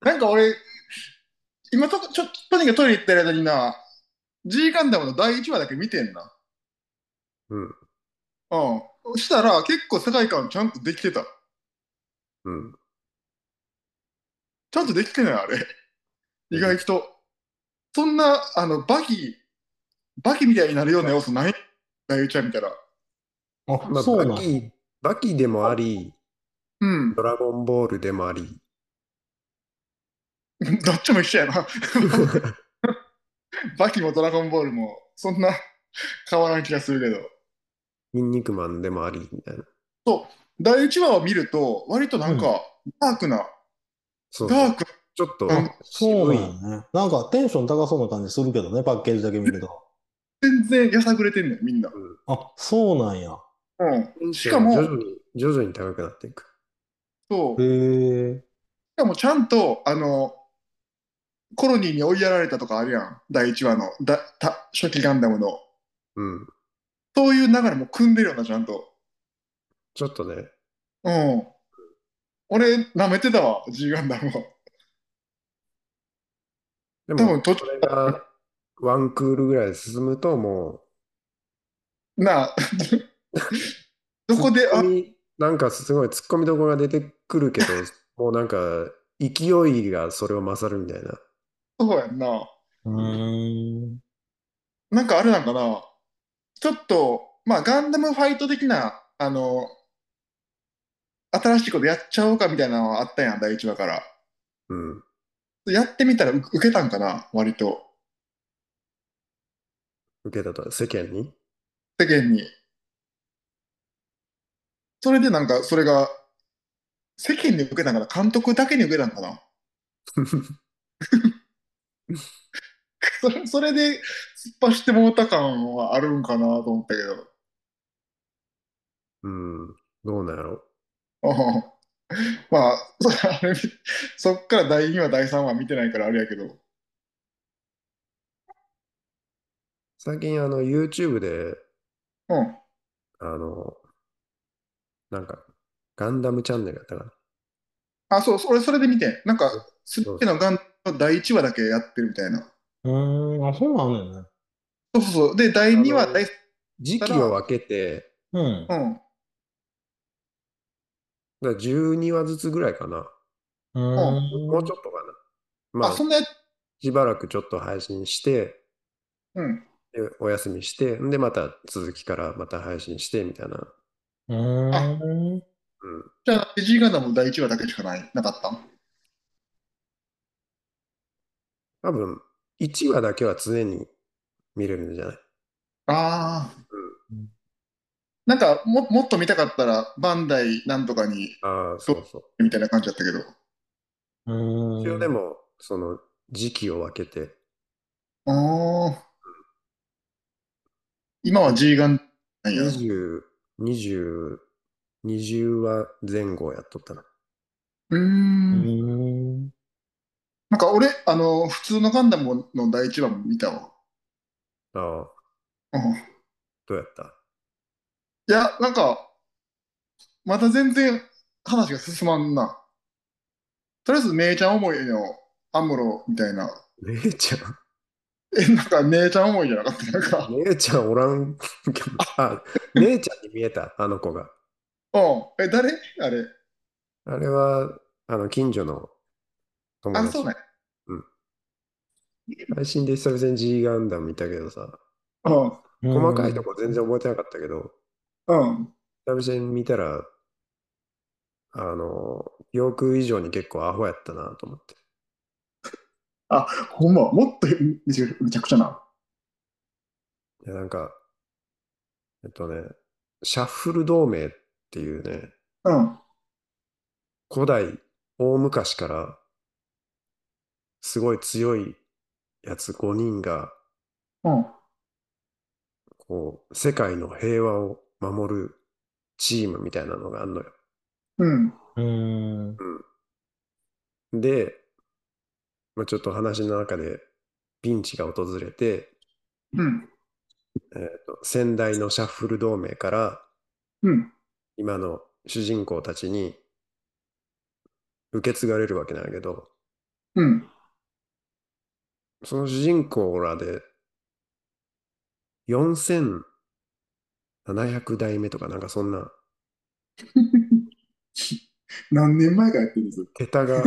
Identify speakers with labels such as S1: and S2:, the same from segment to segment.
S1: なんか俺、今とこ、ちょっと、とにかくトイレ行ってる間にな、G ガンダムの第1話だけ見てんな。
S2: うん、
S1: うん。したら、結構世界観ちゃんとできてた。
S2: うん。
S1: ちゃんとできてない、あれ。意
S2: う
S1: 外
S2: ん
S1: と。そんな、あの、バキ、バキみたいになるような要素ない大ちゃん見たら。
S3: あ、
S2: まあ、
S3: そう
S2: バ
S3: なんや。
S2: キ、バキでもあり、
S1: うん。
S2: ドラゴンボールでもあり。
S1: どっちも一緒やな。 バキもドラゴンボールも、そんな変わらん気がするけど。
S2: ニンニクマンでもあり、みたいな。
S1: 第1話を見ると、割とな
S3: うんん。
S1: か、ダークな、
S2: そうそ
S1: ダ
S2: う。
S1: ーク
S2: ちょっ
S1: な、
S2: と
S3: そう
S2: 渋。
S3: ないんやね。なんかテンション高そうな感じするけどね、パッケージだけ見ると。
S1: 全然やさぐれてんねん、みんな。
S2: うん。
S3: あ、そうなんや。
S1: うん。
S2: テン
S1: し
S2: シ
S1: か
S2: ョン徐々
S1: も、
S2: に、徐々に高くなっていく。
S3: へ
S1: そう、
S3: え。
S1: しかもちゃんと、あの、コロニーに追いやられたとかあるやん。第1話の、だ、た、初期ガンダムの。
S2: うん。
S1: そういう流れも組んでるよな、ちゃんと。
S2: ちょっとね、
S1: うん。俺、舐めてたわ、G ガンダムは。
S2: で
S1: 多
S2: も、
S1: 分、と、
S2: それがワンクールぐらい進むと、も
S1: なあ、
S2: う、
S1: ど
S2: ツッ
S1: こで、
S2: コ
S1: あ、
S2: ミ、なんかすごいツッコミどころが出てくるけど、もうなんか、勢いがそれを勝るみたいな。
S1: そうやんな。
S3: う
S2: うん。
S3: ーん。
S1: なんかあれなんかな。ちょっと、まあ、ガンダムファイト的な、あの、新しいことやっちゃおうかみたいなのはあったやん、第1話から。
S2: うん。
S1: やってみたらう受けたんかな、割と。
S2: 受けたと、世間に。
S1: 世間に。それでなんか、それが、世間に受けたんかな、監督だけに受けたんかな。それ、それで、突っ走ってもうた感はあるんかなと思ったけど。
S2: うん。どうなんやろ
S1: うんまあ、そあれ見そっから第2話、第3話見てないからあれやけど。
S2: 最近、あの、YouTube で、
S1: うん。
S2: あの、なんか、ガンダムチャンネルやったかな。
S1: あ、そう、それ、それで見て。なんか、す
S2: そう
S1: べて
S2: そ
S1: のガンの第1話だけやってるみたいな。
S3: うーん。あ、そうなんやね。
S1: そうそうそう。で、第
S2: う。あ
S1: 2話、第
S2: の、
S1: 3
S2: 時
S1: 話
S2: 期を
S1: か
S2: 分けて、
S3: うん。
S1: ら、うん、
S2: だから12話ずつぐらいかな。
S3: う
S1: うん。
S2: もう
S3: ー
S2: ち
S3: ん。
S2: ょっとかな。
S1: あ、
S2: まあ、
S1: そんなやつ、
S2: しばらくちょっと配信して、
S1: うん。
S2: でお休みして、んで、また続きからまた配信して、みたいな。
S3: う
S1: あ、
S3: ーん。
S2: うん。
S1: じゃあ、ジーガンダムの第1話だけしかない、なかったん
S2: 多分、1話だけは常に見れるんじゃない
S1: ああー。
S2: うん
S3: うん
S1: なんかも、もっと見たかったら、バンダイなんとかに、
S2: ああ、
S1: そ
S2: そう
S1: う、
S2: そう。
S1: みたいな感じだったけど。
S3: う
S2: 一応
S3: ー
S2: で
S3: ん。
S2: も、その、時期を分けて、
S1: ああ、今は G ガンなんや。
S2: 20、20、20話前後やっとったな。
S1: うー。
S3: うんーん。
S1: なんか俺、あの、普通のガンダムの第1話も見たわ。
S2: あ
S1: う
S2: あ、
S1: ん。い
S2: どうや った
S1: や、なんか、また全然話が進まんな。とりあえず姉ちゃん思いのアムロみたいな。
S2: 姉ちゃん、
S1: え、なんか姉ちゃん思いじゃなかった。なんか、
S2: 姉ちゃんおらんけど、あ、姉ちゃんに見えた、あの子が。
S1: うん。え、誰あれ。
S2: あれは、あの、近所の友
S1: あ、そう
S2: 達。
S1: ね。
S2: うん。配信で久々に G ガンダム見たけどさ、
S1: うん。
S3: う
S2: 細か
S3: ー
S2: いと
S3: ん。
S2: こ全然覚えてなかったけど、
S1: うん。
S2: 久々に見たら、あの、よく以上に結構アホやったなと思って。
S1: あ、ほんま、もっとめめちゃめちゃくちゃな。
S2: いや、なんか、えっとね、シャッフル同盟っていうね、
S1: うん。
S2: 古代、大昔からすごい強いやつ5人が、
S1: うん。
S2: こう、世界の平和を守るチームみたいなのがあんのよ。
S1: うん。
S3: うーん。
S2: うん。で、まあ、ちょっと話の中でピンチが訪れて、
S1: うん。
S2: えっと、先代のシャッフル同盟から
S1: うん。
S2: 今の主人公たちに受け継がれるわけなんやけど、
S1: うん。
S2: その主人公らで、4700代目とかなんかそんな、
S1: 何年前からやってるんです
S2: 桁 が、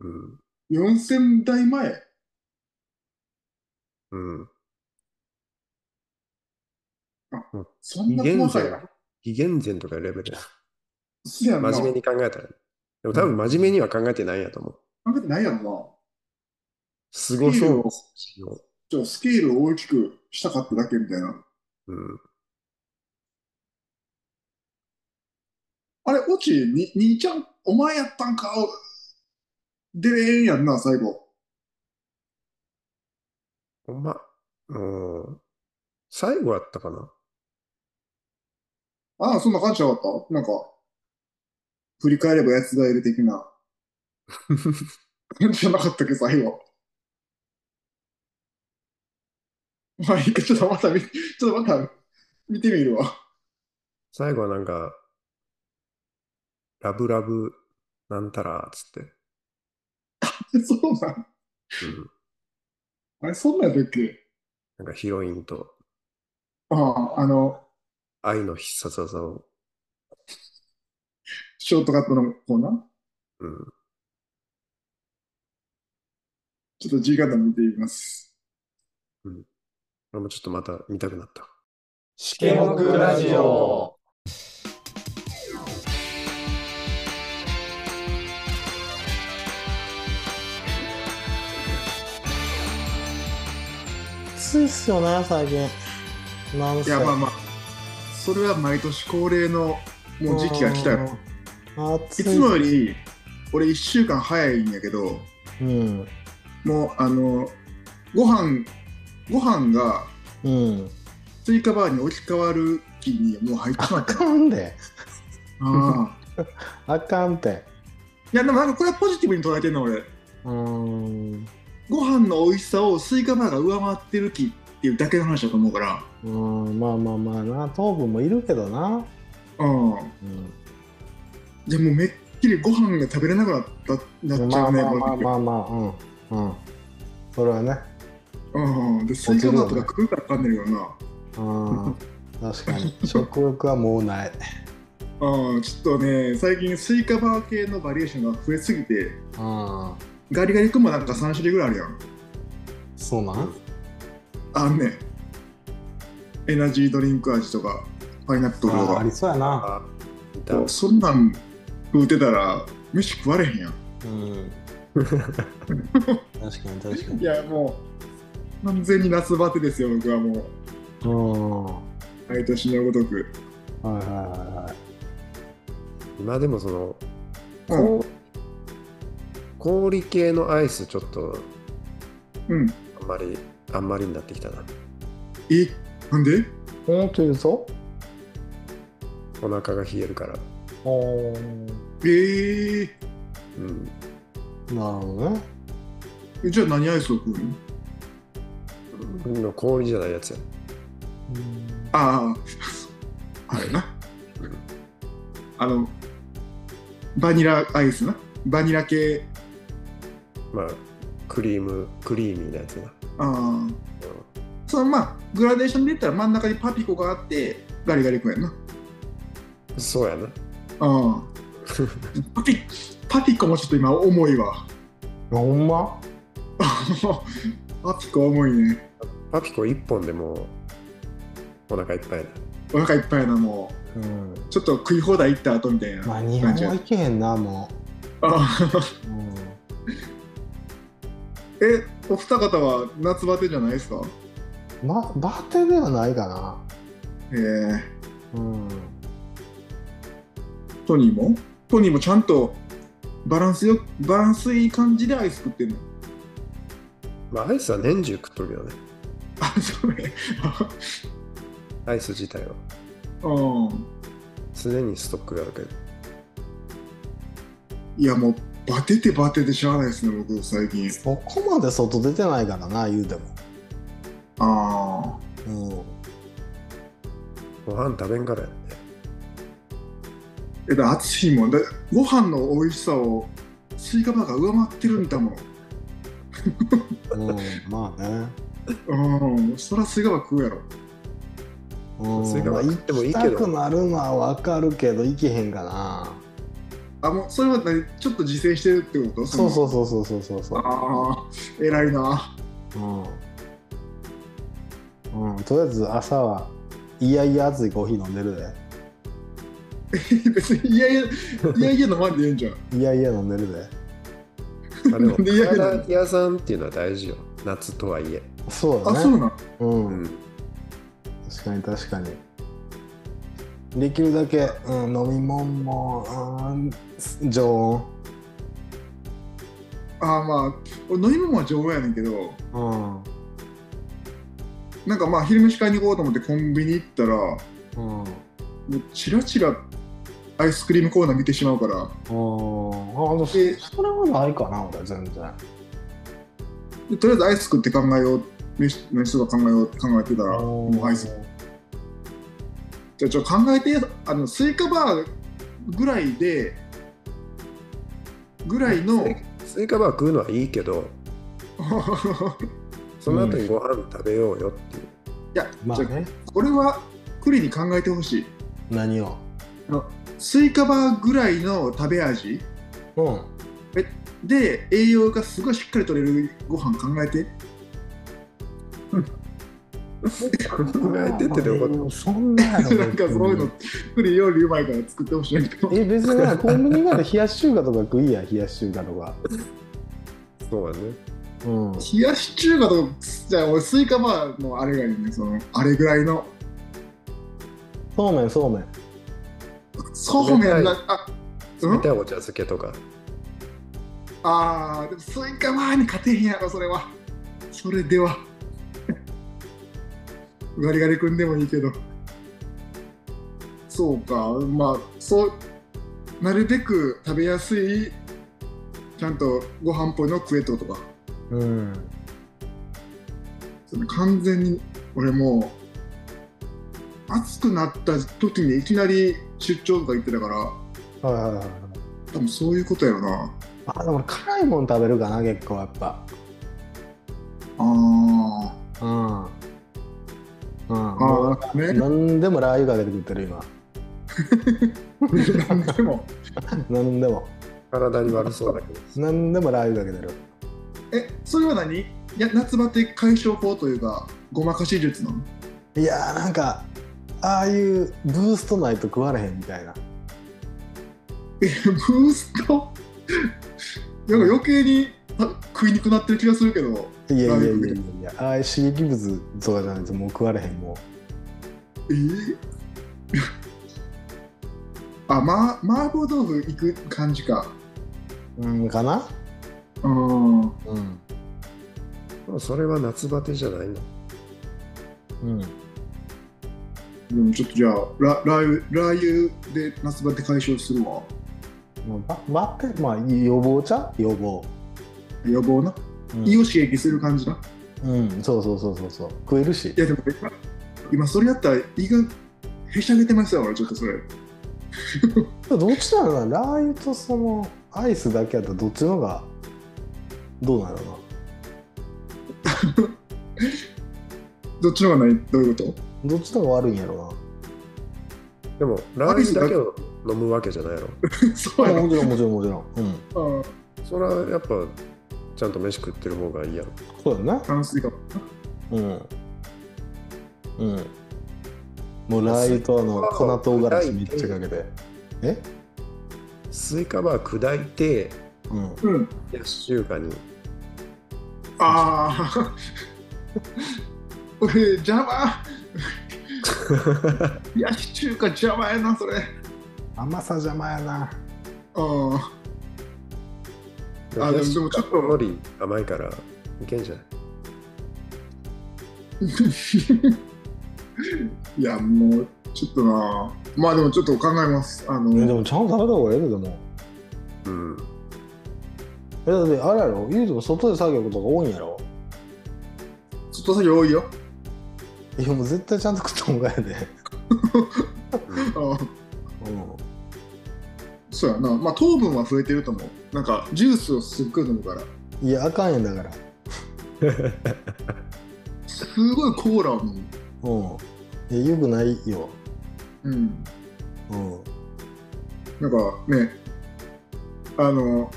S2: うん、
S1: ?4000 代前
S2: うん。
S1: そん
S2: 紀
S1: な
S2: 元
S1: 細
S2: 前
S1: かいな。、
S2: 紀元前とかいうレベルや。
S1: そうやんな。
S2: 真面目に考えたら。でも多分真面目には考えてないんやと思う。
S1: 考えてないやんな。
S2: すごそうですよ。
S1: ちょっとスケールを大きくしたかっただけみたいな。
S2: うん。
S1: あれ、オチ、に、兄ちゃん、お前やったんか。出れへんやんな、最後。
S2: ほんま、うん。最後やったかな
S1: ああ、そんな感じじゃなかったなんか、振り返れば奴がいる的な。じゃなかったっけ、最後。まあいいか、ちょっとまた見、ちょっとまた見てみるわ。
S2: 最後はなんか、ラブラブなんたらっつって、
S1: そうなん。
S2: うん
S1: あれ、そんなんやったっけ
S2: なんかヒロインと
S1: ああ、あの、
S2: 愛の必殺技を、
S1: ショートカットのコーナー
S2: うん、
S1: ちょっと G 型見てみます。
S2: 俺もちょっとまた見たくなった。
S3: し
S4: ケモクラジオ。
S3: 暑いっすよね、最近。なん
S1: い
S3: せ。
S1: や、まあまあ、それは毎年恒例のもう時期が来たよ。
S3: うん。暑
S1: い
S3: い。
S1: つもより、俺1週間早いんやけど、
S3: うん。
S1: もう、あの、ご飯、ご飯が
S3: うん。
S1: 追加バーに置き換わる時にもう入ってしま
S3: あ
S1: った
S3: かんで。
S1: な。ああ
S3: あかんて。
S1: いや、でもなんかこれはポジティブに捉えてんの、俺。
S3: うーん。
S1: ご飯の美味しさをスイカバーが上回ってる気っていうだけの話だと思うから。
S3: うん、まあまあまあな、糖分もいるけどな。
S1: うん。
S3: うん。
S1: じゃあもうめっきりご飯が食べれなくなった、なっち
S3: ま
S1: ゃ
S3: あ
S1: うね、
S3: まあまあ
S1: この時
S3: まあまあ、うん。うん。それはね。
S1: うん。で、スイカバーとか食うからかんねんけどな。
S3: うん。確かに。食欲はもうない。
S1: うん、ちょっとね、最近スイカバー系のバリエーションが増えすぎて、
S3: うん。
S1: ガリガリ君もなんか3種類ぐらいあるやん。
S3: そうなん
S1: あんねエナジードリンク味とか、パイナップルと
S3: ああ
S1: か
S3: り。そうやな。
S2: あ、見た
S1: そ。うそんなん食うてたら、飯食われへんやん。
S3: うん。確かに確か
S1: い
S3: に。
S1: や、もう、完全に夏バテですよ、僕はもう。
S3: うん。は
S1: 毎年のごとく。
S3: いはいはいはい。
S2: 今でもその、
S1: うん。
S2: こう氷系のアイスちょっと
S1: うん、
S2: あんまりあんまりになってきたな
S1: え、なんで
S3: ほんと言うぞ。
S2: お腹が冷えるから
S3: お
S1: えー、
S2: うん
S3: なるほどね。
S1: えじゃあ何アイスを食うの
S2: うん氷じゃないやつや
S3: うん
S1: ああ、あれな。あの、バニラアイスな。バニラ系。
S2: まあクリームクリーミーなやつな
S1: ああ。そのまあ、グラデーションで言ったら真ん中にパピコがあって、ガリガリ食うやんな。
S2: そうやな
S1: ああ。パピ、パピコもちょっと今重いわ。
S3: あほんま
S1: パピコ重いね。
S2: パピコ1本でもうお腹いっぱいだ
S1: お腹いっぱいやな、も
S3: うん。
S1: う。ちょっと食い放題行った後みたいな
S3: まあ、日
S1: 感
S3: 本
S1: じや
S3: はいけへんな、も
S1: ああ
S3: う。うん。
S1: え、お二方は夏バテじゃないですか
S3: ま、バテではないかな。
S1: ええ
S3: うん。
S1: トニーもトニーもちゃんとバランスよバランスいい感じでアイス食ってるの。
S2: まあアイスは年中食っとるけどね
S1: あ、そうね。
S2: アイス自体は
S1: うん。
S2: 常にストックがあるけど
S1: いやもう、バテてバテてしゃあないですね、僕、最近。
S3: そこまで外出てないからな、言うて
S1: ああ。
S3: も。
S2: ご飯食べんからやね
S1: ええだ淳もだご飯の美味しさをスイカバーが上回ってるんだもん
S3: うん、 まあね。
S1: うんそらスイカバー食うやろ
S3: うん、
S2: それが
S3: まあ
S2: 分かってもいいけど
S3: 行きたくなるのはわかるけど、行けへんかな。
S1: あもうそれは何ちょっと自制してるってこと
S3: そうそううそうそうそうそうそう。
S1: ああ偉いな
S3: うん。うん、とりあえず朝はいやいや熱いコーヒー飲んでるで。
S1: 別にいやいやいやいや飲まんでええんじゃん
S3: いやいや飲んでるで。
S2: あでも
S1: なんで嫌やねん
S2: 体屋さんっていうのは大事よ夏とはいえ
S3: そう
S1: あ
S3: だ
S1: そう
S3: ね。
S1: なの
S3: う。
S2: うんん
S3: 確かに確かに。できるだけ、うん、飲み物も、うん、常
S1: ああまあ俺飲み物は常温やねんけど
S3: 温。
S1: なんかまあ昼飯買いに行こうと思ってコンビニ行ったらも
S3: うん。うん。
S1: うチラチラアイスクリームコーナー見てしまうから
S3: あーあの、そ
S1: え
S3: それはないかな、俺、全然。
S1: でとりあえずアイス食って考えよう飯飯とか考えようって考えてたらもうアイスじゃあちょっと考えてあのスイカバーぐらいでぐら いの
S2: スイカバー食うのはいいけどその後にご飯食べようよっていう、
S1: いや、
S3: まあ
S1: じゃ
S3: ね、
S1: あこれはクリに考えてほしい
S3: 何を。
S1: スイカバーぐらいの食べ味
S3: うん。
S1: で栄養がすごいしっかり取れるご飯考えて
S2: 考えてってどういうこ
S3: そんなやろ
S1: なんかそういうのクリ料理うまいから作ってほしいんだけど
S3: え別になコンビニがある冷やし中華とか食いや冷やし中華とか
S2: とそうだね
S3: うん
S1: 冷やし中華とかじゃあ俺スイカバーのあれがいいねそのあれぐらいの
S3: そうめんそうめん
S1: そうめんなあう
S2: 冷
S1: ん
S2: たいお茶漬けとか
S1: あーでもスイカバーに勝てへんやろそれはそれでは ガリガリ君でもいいけどそうかまあそうなるべく食べやすいちゃんとご飯っぽいのを食えととか
S3: うん
S1: その完全に俺もう暑くなった時にいきなり出張とか行ってたから
S3: はいはいはい
S1: 多分そういうことやろな
S3: あでも辛いもん食べるかな結構やっぱ
S1: あ
S3: うんう
S1: ー
S3: んも
S1: あ
S3: う
S1: ー ね
S3: 何でもラー油かけて食ってる今
S1: なんでも
S3: 何でも
S2: 体に悪そうだけど
S3: 何でもラー油かけてる
S1: えそれは何いや夏バテ解消法というかごまかし術なの
S3: いやーなんかああいうブーストないと食われへんみたいな
S1: えブーストなんか余計にた食いにくくなってる気がするけど
S3: いやいやいやい
S1: ラー油かけて
S3: やいやああいう刺激物とかじゃないともう食われへんもう
S1: えー あま麻婆豆腐行く感じか
S3: うん、かな、
S1: うん
S3: うん
S2: でもそれは夏バテじゃないの
S3: うん、
S1: でもちょっとじゃあララー油ラー油で夏バテ解消するわ
S3: ばばってまあ予防ちゃう予防、
S1: 予防な、
S3: うん
S1: 胃を刺激する感じな
S3: うん、そうそうそうそうそう食えるし
S1: いやでも今今それやったら胃がへしゃげてますよ俺ちょっとそれ
S3: どっちなのかなラー油とそのアイスだけやったらどっちのがどうなのか
S1: どっちの方がないどういうこ
S3: などっちのが悪いんやろ
S2: でもラー油だけを飲むわけじゃないやろ
S1: と そうう
S3: な
S1: やな
S3: もちろんもちろんもちろん、うん、
S1: うん
S2: それはやっぱちゃんと飯食ってる方がいいやろ
S3: そうだな
S1: 炭水化物
S3: うんうんもうラー油とあの粉唐辛子めっちゃかけてえ
S2: スイカバー砕いて
S3: うん
S1: うん
S2: 冷やし中華に
S1: ああ 俺邪 魔冷やし中華邪魔やなそれ
S3: 甘さ邪魔やな
S1: うんあでもでもちょっと
S2: のり甘いからいけんじゃない
S1: いやもうちょっとなまあでもちょっと考えますあの
S3: えでもちゃんと食べた方がええででも
S2: うん
S3: えだってあれやろ言うても外で作業とか多いんやろ
S1: ちょっと作業多いよ
S3: いやもう絶対ちゃんと食った方がええで
S1: うん
S3: うん
S1: そうやなまあ糖分は増えてると思うなんかジュースをすっごい飲むから
S3: いやあかんやんだから
S1: すごいコーラを飲む
S3: うんいやよくないよ
S1: うん
S3: うん
S1: なんかねあの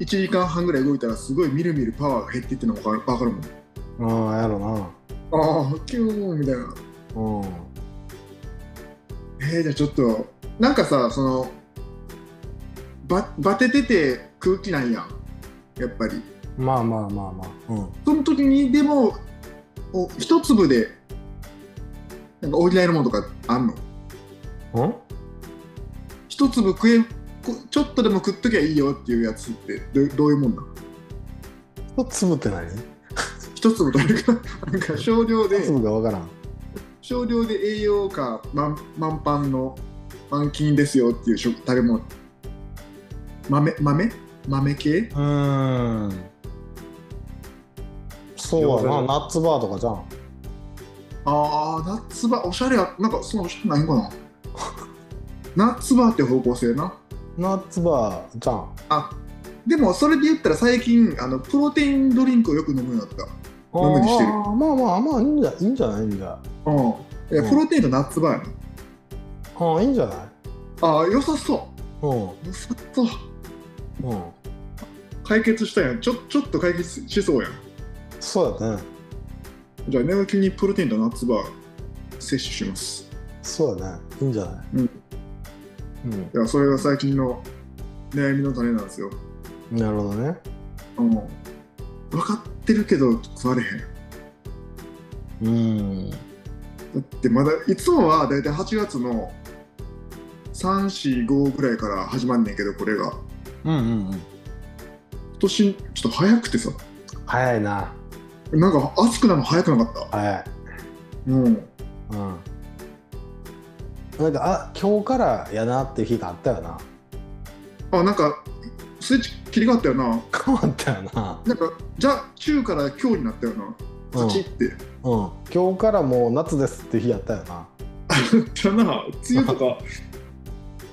S1: 1時間半ぐらい動いたらすごいみるみるパワーが減っていってるの分かるもん
S3: ああやろな
S1: ああキューンみたいな
S3: うん
S1: えー、じゃあちょっとなんかさそのばバテてて空気なんやんやっぱり
S3: まあまあまあまあうん
S1: その時にでもお一粒でなんか補えるものとかあんの
S3: うん
S1: 一粒食えこちょっとでも食っときゃいいよっていうやつってどどういうもんなの
S3: 一粒って何一
S1: 一粒というか なんか少量で
S3: 粒がわからん
S1: 少量で栄養価満満パンの満金ですよっていう食食べ物豆豆豆系
S3: うんそうやな
S2: 餃子
S3: ナッツバーとかじゃん
S1: ああナッツバーおしゃれやなんかそのおしゃれないんかな ナッツバーって方向性な
S3: ナッツバーじゃん
S1: あでもそれで言ったら最近あのプロテインドリンクをよく飲むようになっ飲むにしてる
S3: あーまあまあまあいいんじゃいいんじゃないいいんじゃない
S1: たうんいや
S3: うん
S1: プロテインとナッツバーやな
S3: ああいいんじゃない
S1: ああ良さそう
S3: うん
S1: 良さそう
S3: うん
S1: 解決したやんちょちょっと解決しそうやん
S3: そうやね
S1: じゃあ寝起きにプロテインとナッツバー摂取します
S3: そうやねいいんじゃないうん、
S1: いやそれが最近の悩みの種なんですよ、
S3: なるほどね
S1: うん、分かってるけど食われへん
S3: うん
S1: だってまだいつもはだいたい8月の345ぐらいから始まんねんけどこれが
S3: うんうんうん
S1: 今年ちょっと早くてさ
S3: 早いな
S1: なんか暑くなるの早くなかった
S3: 早い
S1: うん
S3: うんなんかあ今日からやなっていう日があったよな
S1: あなんかスイッチ切り替わったよな
S3: 変わったよな、
S1: なんかじゃあ中から今日になったよな
S3: うんう
S1: パ
S3: ん
S1: チって、
S3: 今日からもう夏ですっていう日やったよな
S1: じゃあな梅雨とか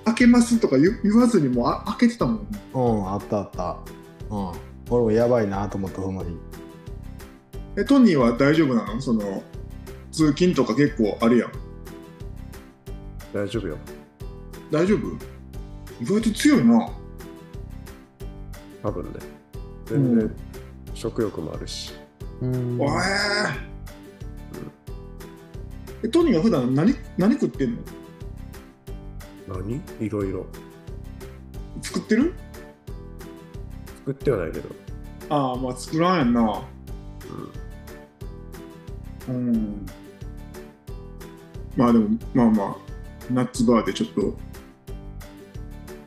S1: 開けますとか言言わずにもうあ開けてたもん
S3: うんあったあったうん俺もやばいなと思ったその日
S1: えトニーは大丈夫なのその通勤とか結構あるやん
S2: 大丈夫よ。
S1: 大丈夫意外と強いな
S2: 多分ね。全
S1: う
S2: 然食欲もあるし。
S3: うん
S1: おええトニーは普段何何食ってんの
S2: 何いろいろ。
S1: 作ってる
S2: 作ってはないけど。
S1: ああまあ作らんやんなうんまあでもまあまあナッツバーでちょっと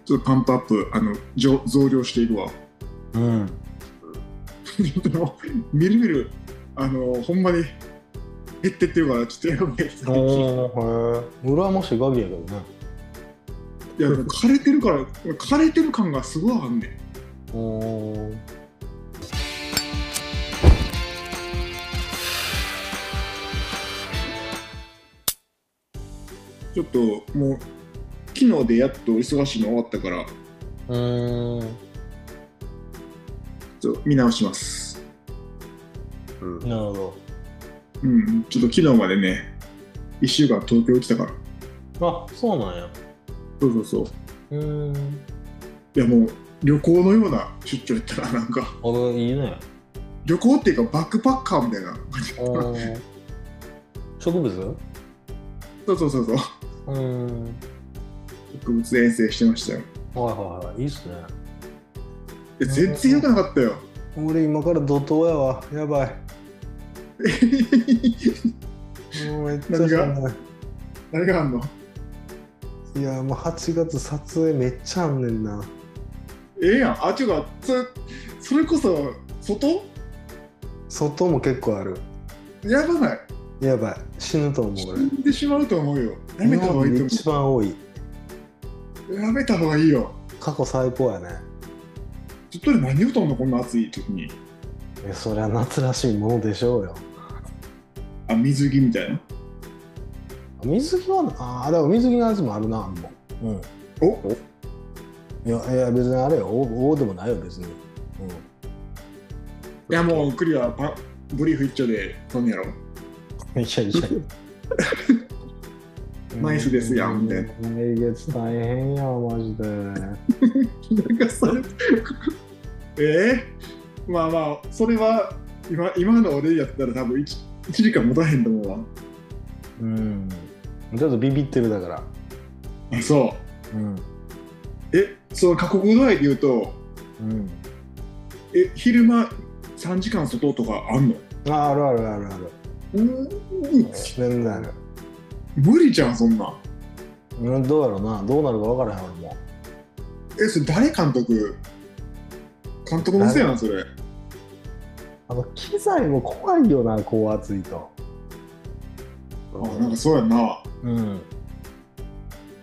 S1: ちょっとパンプアップあのじょ増量していくわ
S3: うん
S1: でもみるみるあのほんまに減ってってるからちょっとやばいです
S3: おへえ羨ましい限りやけどね
S1: いやでも枯れてるから枯れてる感がすごいあんねん
S3: お
S1: ちょっともう昨日でやっと忙しいの終わったから
S3: うん
S1: ちょっと見直します
S2: うん。
S3: なるほど
S1: うんちょっと昨日までね1週間東京行ってたから
S3: あそうなんや
S1: そうそうそう
S3: うん
S1: いやもう旅行のような出張やったらなんか
S3: あいいね
S1: 旅行っていうかバックパッカーみたいな感じ
S3: おー植物
S1: そうそうそうそう
S3: うんはい
S1: 植物遠征してましたよ
S3: はいはいいいっすね
S1: いや全然良くなかったよ
S3: 俺今から怒涛やわやばいもうめっちゃしんどい
S1: 何があんの
S3: いやもう8月撮影めっちゃあんねんな
S1: ええやんあちゅうかそれそれこそ外
S3: 外も結構ある
S1: やばない
S3: やばい死ぬと思う
S1: 死
S3: 俺
S1: んでしまうと思うよやめた方がいいと
S3: 今までで一番多い
S1: 思うやめた方がいいよ
S3: 過去最高やね
S1: ずっとで何言うとんのこんな暑い時に
S3: えそりゃ夏らしいものでしょうよ
S1: あ水着みたいな
S3: 水着はああでも水着のやつもあるなもう、うん、
S1: お
S3: いやいや別にあれよ王王でもないよ別に、
S1: いやもうクリアパブリーフ一丁で飲むやろ
S3: うん、いやいやいや
S1: ナイスですやんみたいな
S3: 来月大変やマジで
S1: なんかそれ えー、まあまあそれは今今の俺やったら多分 1, 一時間持たへんと思うわ
S3: うんちょっとビビってるだから
S1: あそ
S3: うん
S1: うえその過酷度合いで言うと
S3: うん
S1: え昼間3時間外とかあんの
S3: ああるあるあるある
S1: うん
S3: 全然ある
S1: 無理じゃんそんなん
S3: うんどうやろうなどうなるか分からへん俺も
S1: えそれ誰監督監督のせいなんそれ
S3: あの機材も怖いよなこう暑いと
S1: あなんかそうやんな
S3: うん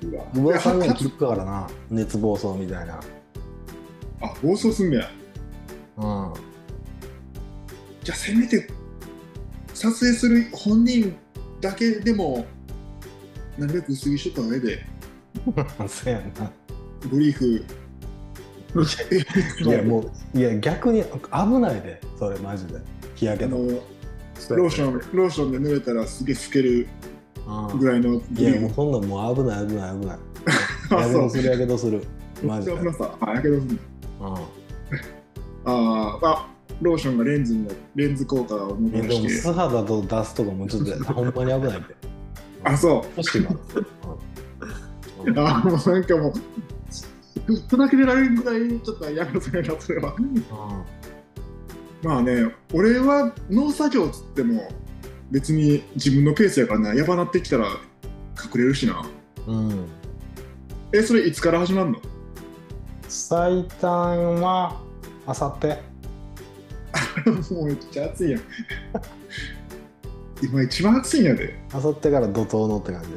S1: うわ
S3: 噂に
S1: いや
S3: は
S1: は
S3: 聞くからな熱暴走みたいな
S1: あ暴走すんねや
S3: うん
S1: じゃあせめて撮影する本人だけでもなるべく薄着しとった上で
S3: そうやんな。
S1: ブリーフ
S3: いやもういや逆に危ないでそれマジで日焼
S1: あ
S3: けの。
S1: の
S2: そうや
S1: ローションローションで濡れたらすげえ透ける
S3: うん
S1: ぐらいのブリ
S3: いやも
S1: ー
S3: う
S1: フ
S3: そんなんもう危ない危ない危ない。
S1: あ
S3: やけ
S1: そ
S3: ど
S1: う
S3: するやけどする。マジで。
S1: あ
S3: う
S1: 危
S3: ん
S1: なさあやけどあーあローションがレンズになレンズ効果をも
S3: え
S1: た
S3: で
S1: らし
S3: も
S1: て
S3: 素肌と出すとかもちょっとほんまに危ないで。
S1: あそう
S3: 腰が。うんうん
S1: あもうなんかもうずっとだけでられるぐらいちょっとやめろそれなそれはまあね俺は農作業っつっても別に自分のペースやからなやばなってきたら隠れるしな
S3: うん。
S1: えそれいつから始まるの
S3: 最短はあさって。
S1: もうめっちゃ暑いやん今一番暑いんやで
S3: あさってから怒涛のって感じ。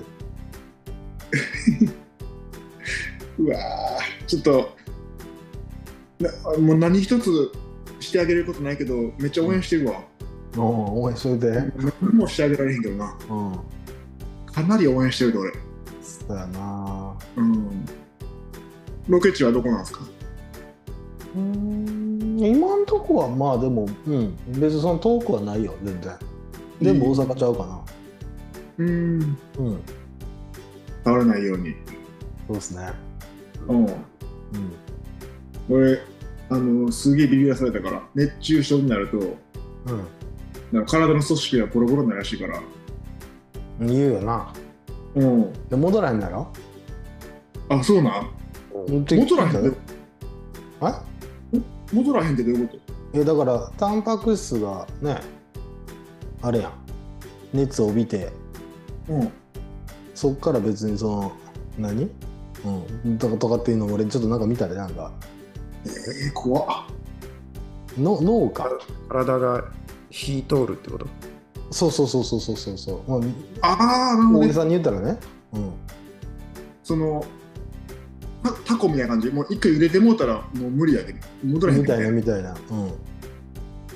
S1: うわーちょっとなもう何一つしてあげることないけどめっちゃ応援してるわ、
S3: うん、応援しといて。うん。
S1: 何もしてあげられへんけどなかなり応援してるで俺
S3: そうやな。
S1: うんロケ地はどこなんですか
S3: うーん今んとこはまあでも、うん、別にその遠くはないよ全然全部大阪ちゃうかな
S1: うん
S3: うん、
S1: 倒れないように
S3: そうですね
S1: うん
S3: うん
S1: 俺あのすげえビビらされたから熱中症になるとなんか体の組織がボロボロになるらしいから
S3: うん言うよな
S1: うん
S3: で戻らへんだろ
S1: あそうなん戻らへんって
S3: え
S1: 戻らへんってどういうこ
S3: いやだからタンパク質がねあれやん熱を帯びて
S1: とうん
S3: そっから別にその何うんとかとかっていうのも俺ちょっとなんか見たでなんか
S1: えー、怖っ
S3: の脳か
S2: 体が火通るってこと
S3: そうそうそうそうそうそうそう、ま
S1: ああなる
S3: あ、
S1: ほど
S3: 大げ
S1: ね
S3: さに言ったらねうん
S1: そのタタコみたいな感じもう一回揺れてもうたらもう無理やけど戻らへん
S3: み
S1: って
S3: たいな
S1: ね
S3: みたいなうん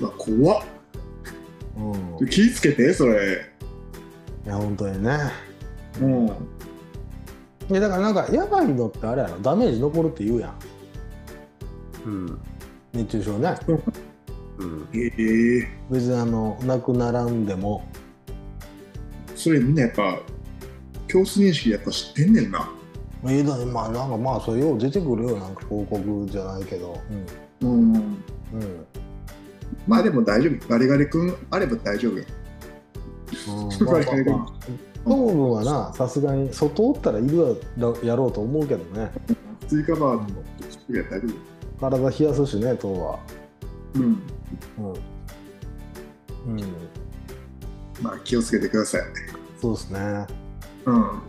S1: うわ怖っ
S3: うん、い
S1: 気ぃつけてそれ
S3: や本当にね
S1: うん
S3: いやだからなんかやばいのってあれやろダメージ残るって言うやん
S2: うん。
S3: 熱中症ね
S2: うん。
S1: ええ
S3: 別にあのなくならんでも
S1: それみんなやっぱ共通認識やっぱ知ってんねんな
S3: ええだねまあなんかまあそれよう出てくるよなんか広告じゃないけど
S1: うん
S3: うんうん、
S1: まあでも大丈夫ガリガリ君あれば大丈夫よ
S3: うん、まあまあまあ糖分はなさすがに外おったらいるやろうと思うけどね
S1: 追加バーとかいや大丈夫
S3: 体冷やすしね糖は
S1: うん
S3: うん、うん、
S1: まあ気をつけてください
S3: そうですね
S1: うん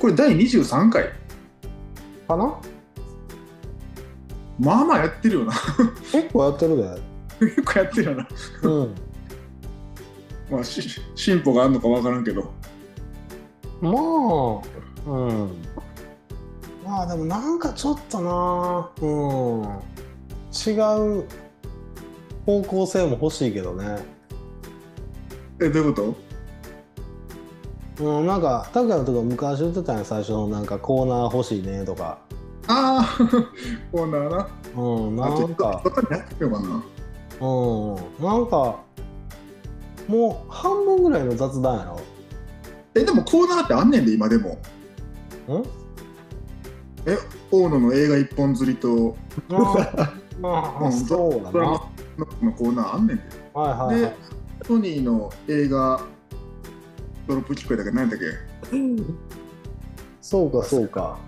S1: これ第23回
S3: かな
S1: まあまあやってるよな
S3: 結構やってるで
S1: 結構やってるよな
S3: うん
S1: まあし進歩があるのかわからんけど
S3: まあ、うん。まあでもなんかちょっとな、うん。違う方向性も欲しいけどね。
S1: えどういうこと
S3: うん、なんか、拓哉のとこ昔言ってたんや、最初のなんかコーナー欲しいねとか。
S1: ああコー ナーな
S3: うん、な
S1: あ
S3: んか
S1: と、になってるのかな
S3: うん、なんか、もう半分ぐらいの雑談や ろ。
S1: えでもコーナーってあんねんで今でも
S3: ん
S1: 大野の映画一本釣りと
S3: あーあー、そうだ
S1: ド
S3: な。
S1: ラ
S3: は
S1: マのコーナーあんねんで
S3: いはい、は
S1: でソニーの映画ドロップキックだけ何だっけ
S3: い。そうか、そうか。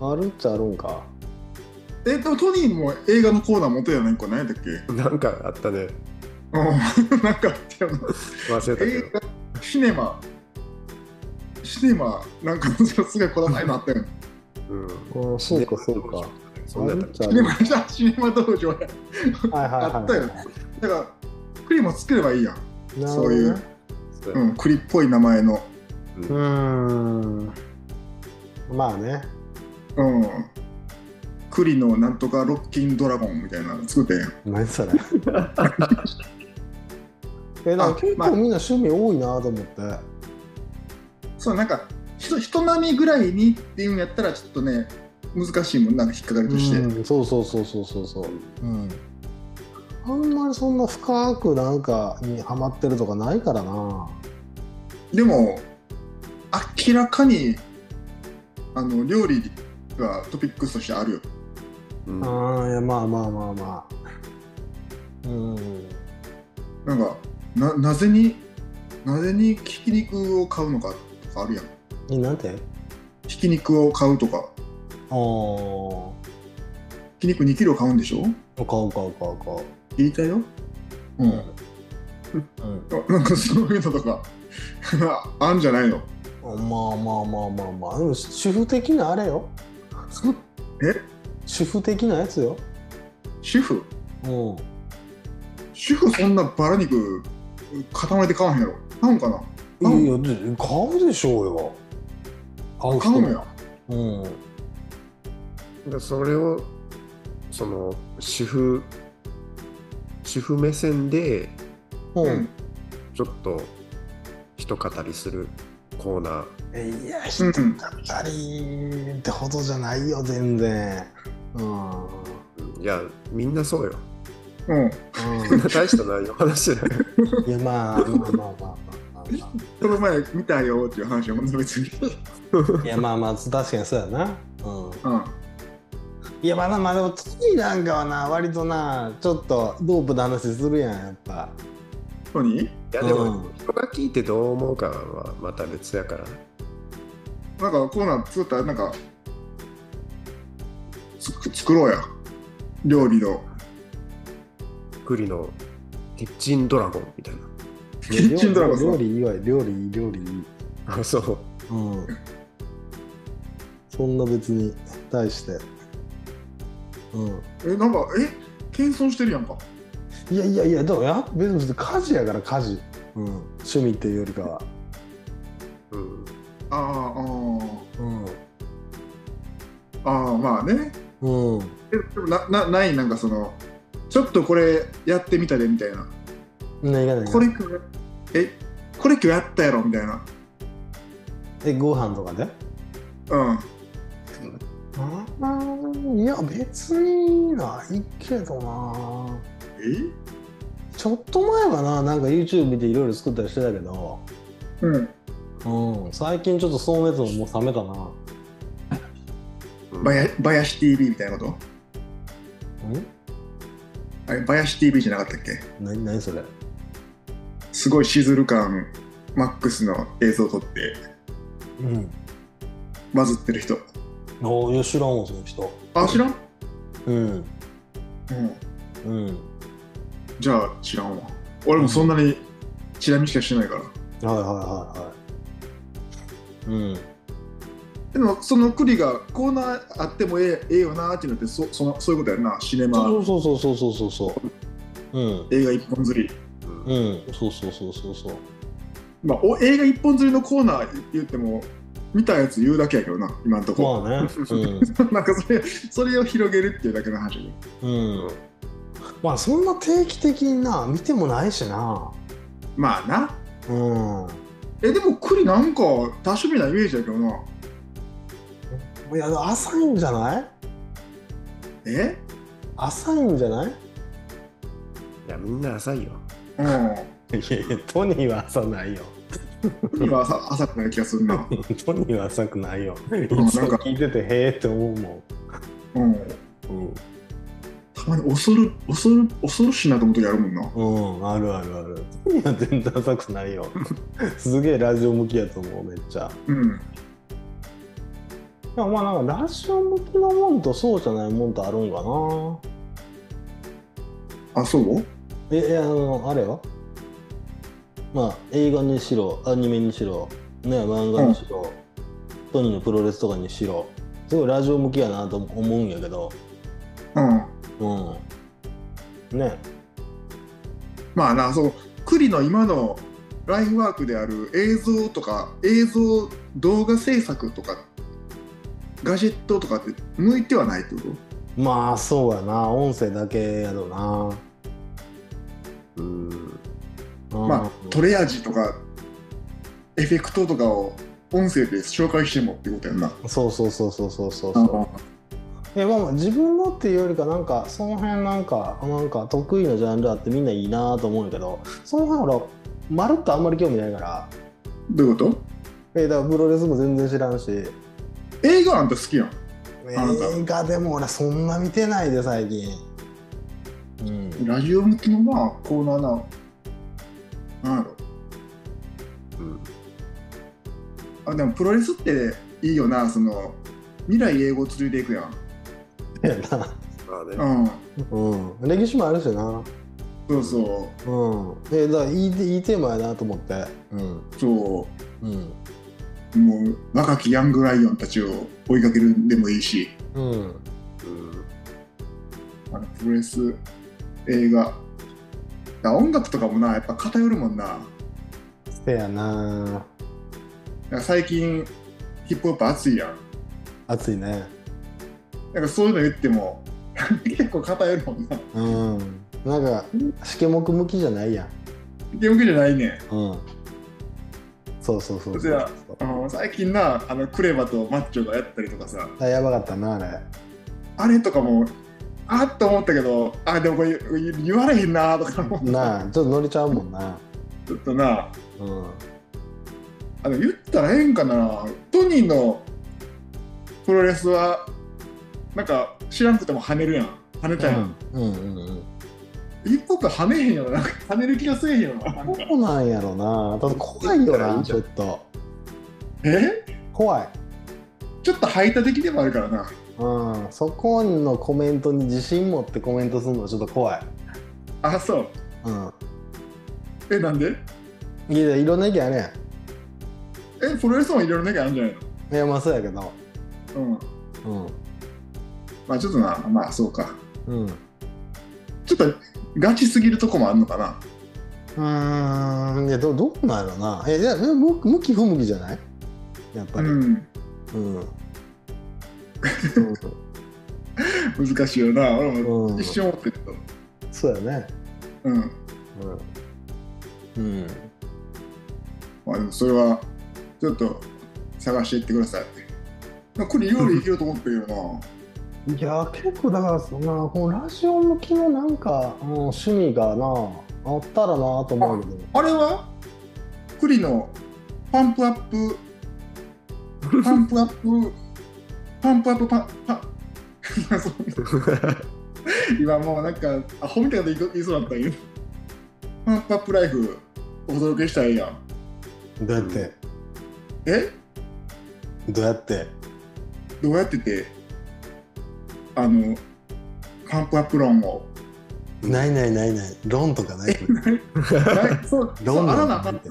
S3: あるっちゃあるんか。
S1: えでもトニーも映画のコーナー持ってたよねこれ何だっけ
S2: なんかあったね。
S1: うん なんかあった よな
S2: 忘れたけ
S1: 映
S2: ど。
S1: 画シネマシネマなんかすごいこだわりのあったよね
S2: うん。
S3: うん、そうか、そうか。。
S2: そんな
S3: あ
S2: や
S3: る
S2: った
S3: っ
S2: っ
S3: ちゃあ
S1: シネ
S3: るん
S1: マシネマ道場や
S3: はいはいはい、
S1: あったよだからクリも作ればいいやん、
S3: なる
S1: そ
S3: ほ
S1: う
S3: どね
S1: いう
S2: け
S1: うん、クリっぽい名前の
S3: うーん。まあね。
S1: うんクリのなんとかロッキンドラゴンみたいなの作ってんやん
S3: 何そ れ。え、なんか結
S1: まあ
S3: 構みんな趣味多いなと思って。
S1: そうなんか人人並みぐらいにっていうんやったらちょっとね難しいもんなんか引っかかりとして、
S3: うん、そうそうそうそうそうそう。うん。あんまりそんな深くなんかにハマってるとかないからな。
S1: でも明らかにあの料理がトピックスとしてあるよ
S2: うん
S3: ああ、いや、まあまあまあまあ。うん。
S1: なんかななぜになぜにひき肉を買うのかとかあるやん
S3: え、なんて
S1: ひき肉を買うとか
S3: ああ。
S1: ひき肉2キロ買うんでしょ
S3: 買う買う買う買う。
S1: 聞いたようん
S3: うん。
S1: なんかそういうのとか あんじゃないの
S3: まあまあまあまあまあでも主婦的なあれよ
S1: え
S3: 主婦的なやつよ
S1: 主婦
S3: うん
S1: 主婦そんなバラ肉塊で買わへんやろ買うんかない買
S3: や
S1: う
S3: いやで買うでしょうよ買う
S1: 買う
S3: 人
S1: のよ
S3: うん
S2: でそれをその主婦主婦目線で
S3: う
S1: うんん
S2: ちょっと一語りするコーナー
S3: えいや人だったりってほどじゃないよ全然うん、うん、
S2: うんいやみんなそうよ
S1: うん
S2: みんな大した内容話じゃない
S3: いやまあまあまあまあまあま
S1: その前見たよっていう話はほんと別に
S3: あいやまあまあ確かにそうやなう
S1: う
S3: ん
S1: ん
S3: いやまだまだでもトニーなんかはな割となちょっとドープの話するやんやっぱ
S1: トニー
S2: いやでも、
S3: うん
S2: 人が聞いてどう思うかはまた別やから
S1: なんかコーナー作ったらなんかつく作ろうや料理の
S2: 栗のキッチンドラゴンみたい
S1: キッチンドラゴン
S3: 料理以外料理料理
S2: なあそう
S3: うんそんな別に対してうん
S1: えなんかえ謙遜してるやんか
S3: いやいやいやでもや別に家事やから家事、うん、趣味っていうよりかは
S2: うん
S1: ああ
S3: うん
S1: あああまあね
S3: うん
S1: えでもななないなんかそのちょっとこれやってみたでみたいな
S3: 何が何が
S1: これ今日えこれ今日やったやろみたいな
S3: えご飯とかで
S1: うん
S3: あーいや別にないけどな
S1: え
S3: ちょっと前はななんか YouTube でいろいろ作ったりしてたけど、
S1: うん
S3: うん、最近ちょっとその熱ももう冷めたな
S1: バヤバヤシ TV みたいなこと
S3: う
S1: あ
S3: ん
S1: れバヤシ TV じゃなかったっけ
S3: 何何それ
S1: すごいシズル感マックスの映像を撮って
S3: うん
S1: バズってる人
S3: ああいや知らんわその人
S1: あ知らん
S3: うん
S1: うん
S3: うん
S1: じゃあ知らんわ俺もそんなにチラ見しかしてないから、
S3: はいはいはいはいうん
S1: でもその栗がコーナーあってもええええよなーっていうのってそそのそういうことやんなシネ
S3: そ
S1: マ
S3: うそうそうそうそうそうそううん
S1: 映画一本釣り
S2: うん
S3: うんそうそうそうそうそう
S1: まあお映画一本釣りのコーナー言っても見たやつ言うだけやけどな今んとこ、
S3: まあね
S1: なんかそれそれを広げるっていうだけの話やけど
S3: うん、うん、まあそんな定期的にな見てもないしな
S1: まあな
S3: うん。
S1: えでも栗なんか多趣味なイメージだけどない
S3: や、浅いんじゃない
S1: え
S3: 浅いんじゃない
S2: いや、みんな浅いよ。
S1: う
S3: いやいや、トニーは浅ないよ。
S1: ん栗が浅浅くない気がするな
S3: トニーは浅くないよ。いつ
S1: ん
S3: も
S1: なんか
S3: 聞いてて、へえって思うも
S1: うん
S3: ん。
S1: たまに恐る恐る恐ろしいなと思う時あるもんな
S3: うん、うん、あるあるある。トニーは全然浅くないよ。 すげえラジオ向きやと思う、めっちゃ。
S1: うん
S3: でもまあ、なんかラジオ向きのもんとそうじゃないもんとあるんかな。
S1: あそう
S3: え、えあの、あれよ。まあ、映画にしろ、アニメにしろ、ね、漫画にしろ、トニーのプロレスとかにしろ、すごいラジオ向きやなと思うんやけど、
S1: うん
S3: うん。ね、
S1: まあなそう栗の今のライフワークである映像とか映像動画制作とかガジェットとかって向いてはないってこと
S3: まあ、そうやな、音声だけやろな。
S2: うーん。
S3: うん
S1: まあトレアージとかエフェクトとかを音声で紹介してもってことやんな。
S3: そうそうそうそうそうそうそう。えまあまあ、自分のっていうよりかなんかその辺なんかなんか得意なジャンルあってみんないいなと思うんやけどその辺ほらまるっとあんまり興味ないから
S1: どういうこと
S3: えだからプロレスも全然知らんし
S1: 映画なんて好きやん。あなた
S3: 映画でも俺そんな見てないで最近うん
S1: ラジオ向きのまあコーナーな。なんやろ。
S2: うん。
S1: あでもプロレスっていいよな、その未来英語を連れていくやん。
S3: やな
S2: まあね。
S1: うん。
S3: うん歴史もあるしな
S1: そうそ
S3: うんえだからいいいいテーマやなと思ってうん
S1: う。そう。
S3: うん
S1: もう若きヤングライオンたちを追いかけるんでもいいし
S3: うん
S2: うん。
S1: あのプロレス映画だ音楽とかもなやっぱ偏るもんなだか
S3: せやな
S1: ら最近ヒップホップ熱いやん
S3: 熱いね
S1: なんかそういうの言っても 結構偏るもんな
S3: うんなんかしけもく向きじゃないやん
S1: ゲームじゃないねん
S3: うん。そうそうそう
S1: じゃああの最近なあのクレバとマッチョがやったりとかさ
S3: あやばかったな、あれ。
S1: あれとかもあっと思ったけどあでもこれ言われへんなとかも
S3: なあ、ちょっと乗れちゃうもんな。
S1: ちょっとな
S3: うん。
S1: あの言ったらええんかなトニーのプロレスはなんか知らんくても跳ねるやん跳ねたやん、
S3: うんうんうん。
S1: 一歩か跳ねへんよななんか跳ねる気がせえへんよななんか
S3: そうなんやろな。ただ怖いよな、ちょっと。
S1: え
S3: 怖い。
S1: ちょっと排他的でもあるからな
S3: うん。そこのコメントに自信持ってコメントするのはちょっと怖い。
S1: あそう
S3: う
S1: えなんで
S3: ん。いや、いろんな意見あるや
S1: えプロレスもいろいろなきゃあるんじゃない
S3: ん。いや、まあそうやけど。
S1: のうん
S3: う
S1: まあちょっとなまあそうか
S3: ん。うん。
S1: ちょっとガチすぎるとこもあるのかな
S3: うーん。いや、どどうなんやろな。え、いや、でも向向き不向きじゃないやっぱ
S1: う
S3: り。うん。
S1: ん
S3: うん
S1: 難しいよな俺も
S3: うん
S1: 一瞬思ってた
S3: そうやね。
S1: うん
S3: うん。うん。
S1: まあでもそれはちょっと探していってください。これ夜行けると思ってるけどな。
S3: いや結構だからそのなこのラジオ向きのなんか、うん、趣味がなあったらなと思うけど
S1: あれは栗のパンプアップ、パンプアップ、パンプアップパン、パ ン、そう今もうなんか、アホみたいなこと言いそうだったんよ。パンプアップライフお届けしたいやん。
S3: どうやっ
S2: う
S3: て
S1: え
S3: どうやって
S1: どうやってて、あの、パンプアップ論を。
S3: ないないないない論とかない
S1: ないそう、そ
S3: どん
S1: う、
S3: な
S1: あ
S3: の
S1: らなあかんって。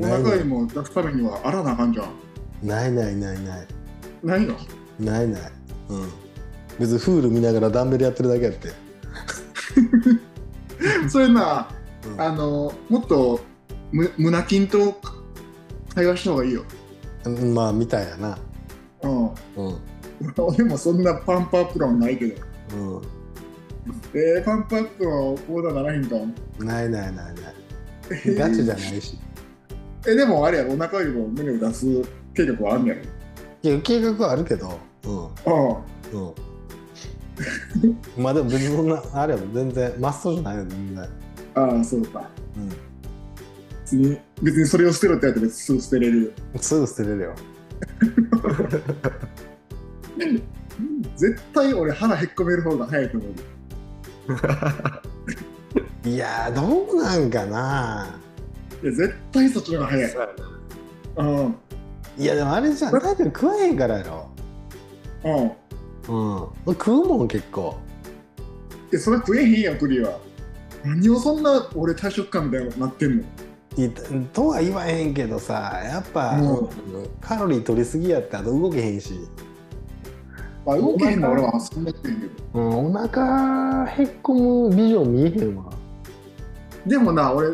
S1: お腹にも出すためにはあらなあかんじゃん。
S3: ないないないない
S1: ないの
S3: ないないうん別にフール見ながらダンベルやってるだけやって、
S1: それな、
S3: うん
S1: あの、もっとむ胸筋と会話した方がいいよ。
S3: うんまあみたいやな
S1: うん。
S3: うんう
S1: 俺もそんなパンプアップ論ないけど。
S3: ん
S1: えー、パンプアップはこうだならへんかも。
S3: ないないないない
S1: えー
S3: ガチじゃないし
S1: えでもあれやろお腹よりも胸を出す計画はあんねや
S3: いや計画はあるけどうん
S1: ろ
S3: うん。まあでも別にそんなあれば全然マストじゃないよ全然。
S1: ああああそうか別に別にそれを捨てろってやったらすぐ捨てれる
S3: うん。すぐ捨てれるよ。
S1: 絶対俺腹へっこめる方が早いと思う
S3: いやーどうなんかな。
S1: いや絶対そっちの方が早いうんうん
S3: いやでもあれじゃんタイトル食わへんからやろ。うん。食うもん結構。
S1: いやそれ食えへんやんクリは何をそんな俺退職感みたいになってんの
S3: いとは言わへんけどさやっぱ、
S1: うん
S3: カロリー取りすぎやってあと動けへんし、
S1: まあ動けへんの俺はそんなやってんけど
S3: うん、お腹へっこむビジョン見えへんわ
S1: でもな俺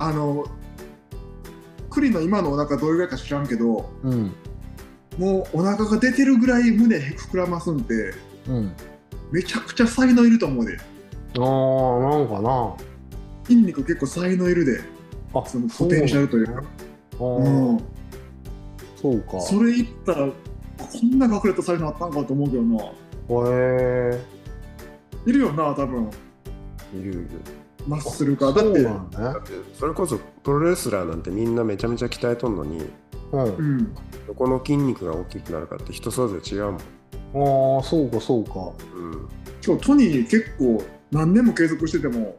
S1: あの栗の今のお腹どれぐらいか知らんけど
S3: うん
S1: もうお腹が出てるぐらい胸膨らますんって
S3: うん
S1: めちゃくちゃ才能いると思うで
S3: あーなんかな
S1: 筋肉結構才能いるで
S3: あ
S1: そのポテンシャルというか
S3: そう
S1: う、
S3: なんんそうか
S1: それ言ったらこんな隠れた才能あったんかと思うけどな
S3: へ
S1: いるよな多分
S2: いるいる
S1: マッスル
S3: え
S1: がだって
S3: そうなんだ
S2: だ
S3: ね
S2: ってそれこそプロレスラーなんてみんなめちゃめちゃ鍛えとんのに
S3: うん
S1: うん
S2: どこの筋肉が大きくなるかって人それぞれ違うもん、
S3: ああそうかそうか
S2: うん、
S1: 今日トニー結構何年も継続してても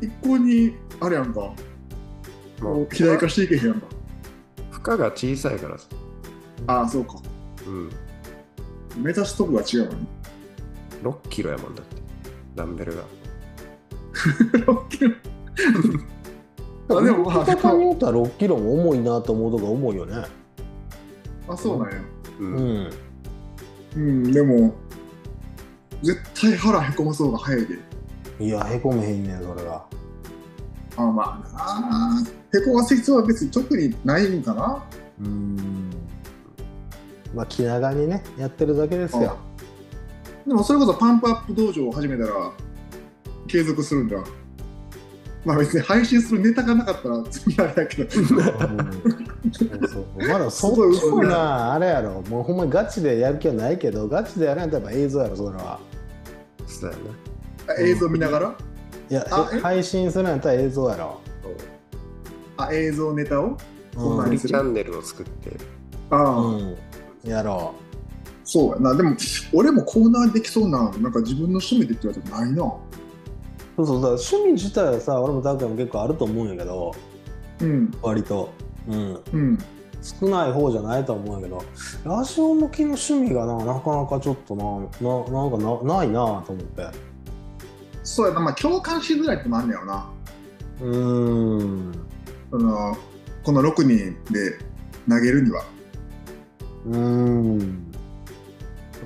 S1: 一向にあれやんかこう肥大化していけへんやんか
S2: 負荷が小さいからさ、
S1: ああそうか
S2: うん、
S1: 目指すとこが違うの ね
S2: 6キロやもんだってダンベルが
S1: あでもまあ
S3: 片方によっては6キロも重いなと思うとこ重いよね
S1: あそうなんや
S2: う、
S3: うんん
S1: うんでも絶対腹へこまそうが早いで
S3: いやへこめへんねんそれが
S1: ああまあなへこます必要は別に特にないんかな
S3: うんまあ気長にねやってるだけですよ
S1: でもそれこそパンプアップ道場を始めたら継続するんだまあ別に配信するネタがなかったらそんなあれだけど
S3: そうそうま だそっちもなあれやろもうほんまにガチでやる気はないけどガチでやらんとやっぱ映像やろそれは
S2: そうやな、
S1: 映像見ながら
S3: いや
S1: あえ
S3: 配信するんやったら映像やろ、
S1: あ映像ネタを
S3: うん
S1: ほんま
S2: フ
S1: に
S2: リーチャンネルを作って
S1: ああ、
S3: うん、やろ
S1: そうやなでも俺もコーナーできそうななんか自分の趣味でって言われたらないな
S3: うそうそうだから趣味自体はさ俺も拓也も結構あると思うんやけど
S1: うん
S3: 割と、うん、
S1: うん
S3: 少ない方じゃないとは思うんやけどラジオ向きの趣味がななかなかちょっとなななんかなないなと思って
S1: そうやなまあ共感しづらいってもあんねやろな
S3: うーん
S1: そのこの6人で投げるには
S3: うーん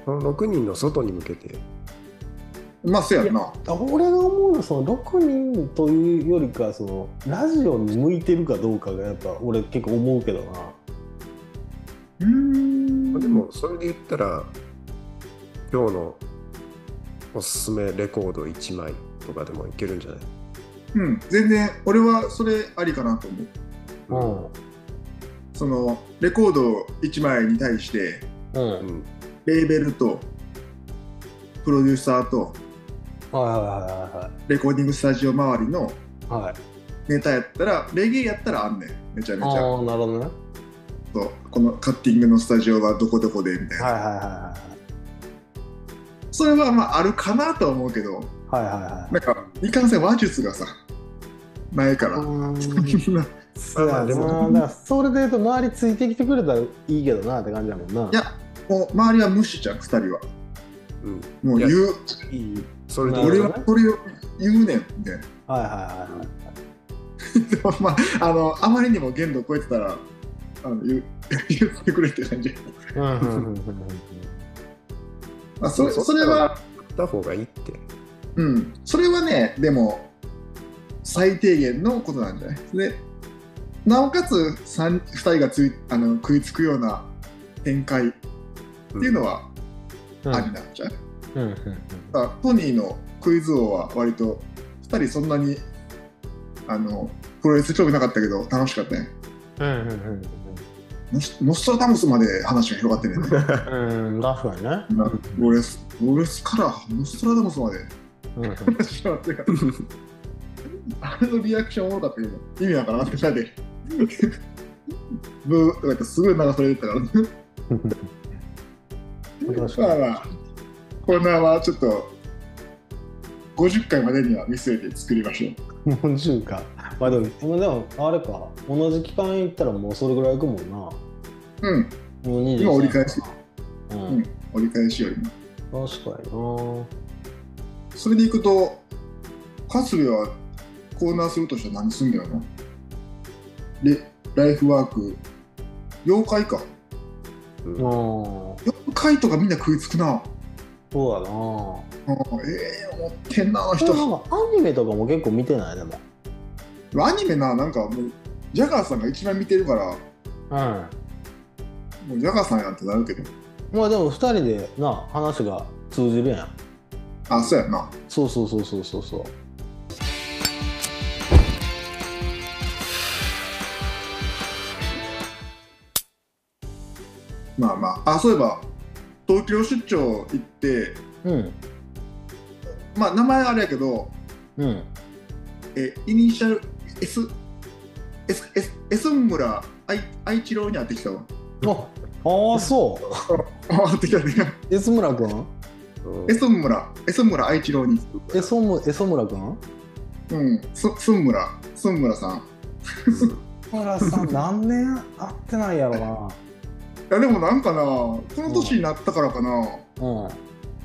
S2: この6人の外に向けて
S1: まあそうやんな
S3: 俺が思うのはその6人というよりかそのラジオに向いてるかどうかがやっぱ俺結構思うけどな
S1: うーん
S2: でもそれで言ったら今日のおすすめレコード1枚とかでもいけるんじゃない
S1: うん全然俺はそれありかなと思うそのレコード1枚に対して
S3: うんう
S2: うんん、
S1: レーベルとプロデューサーと
S3: は
S1: レコーディングスタジオ周りの
S3: いはいはいはいはい
S1: ネタやったらレゲエやったらあんねんめちゃめち
S3: あ
S1: ゃ
S3: あーなるほどね
S1: そうこのカッティングのスタジオはどこどこでみたいな
S3: はいはいは
S1: それはまああるかなとは思うけど
S3: いはいはいはいはい
S1: なんかいかんせん話術がさないから、
S3: うーん
S1: い
S3: そうや
S2: まあまあで
S3: な
S2: も
S3: だからそれで言うと周りついてきてくれたらいいけどなって感じだもんな
S1: やもう周りは無視じゃん2人は
S2: うん、
S1: もう言
S2: いういいそれで
S3: や
S1: 俺
S2: 俺は
S1: はそれを言うねんみたいな
S3: はいはいはいはい
S1: でもまああのあまりにも限度を超えてたらあの言う言ってくれって感じ、
S3: うんうんうんうんうん
S1: まあ、それそれは
S2: 行った方がいいって
S1: うんそれはねでも最低限のことなんじゃないでなおかつ三2人がついあの食いつくような展開っていうのは
S3: う
S1: あり
S3: ん
S1: なんじゃない、
S3: うんうん
S1: だからトニーのクイズ王は割と2人そんなにあのプロレス興味なかったけど楽しかったね
S3: うんうん
S1: ノスノストラダムスまで話が広がってるね
S3: うんうん。ラフやね。
S1: なプロレスプロレスからノストラダムスまで
S3: うんうん
S1: 話が広がってるあれのリアクションおもろかったけど意味わからなくてで ブーとか言ってすごい流されてたからねま
S3: 確か
S1: あ
S3: に
S1: まあ、コーナーはちょっと50回までには見据えて作りましょ
S3: もう10か。まあでも、でもあれか、同じ期間行ったらもうそれぐらい行くもんな。も
S1: う。うん、
S3: う23
S1: 今折り返し。
S3: う
S1: うん
S3: ん。
S1: 折り返しよりも。
S3: 確かにな。
S1: それでいくと、カスベはコーナーするとしたら何すんだよな。で、ライフワーク、妖怪か。
S2: うん
S3: うん。
S1: 妖怪とかみんな食いつくな。
S3: そうだな。
S1: うんええ思ってんな、あの
S3: 人な
S1: 人。
S3: んかアニメとかも結構見てないでも。
S1: アニメな、なんかもう、ジャガーさんが一番見てるから、
S3: うん。
S1: もうジャガーさんやんってなるけど。
S3: まあでも2人でな話が通じるやん
S1: あ、そうやんな。
S3: そうそうそうそうそうそう
S1: まあまあ。あ、そういえば、東京出張行って、
S3: うん
S1: まあ名前あれやけど、
S3: うん
S1: えイニシャル S S S S 村愛愛知郎に会ってきたわ。
S3: あああそう
S1: あ会ってきたね。
S3: 江村君
S2: うん
S1: S 村 S 村愛知郎に。
S3: 江村江村君
S1: うん。すすん村すん村さん。い
S3: 江村さん何年会ってないやろな
S1: やでもなんかなこの年になったからかな。
S3: うん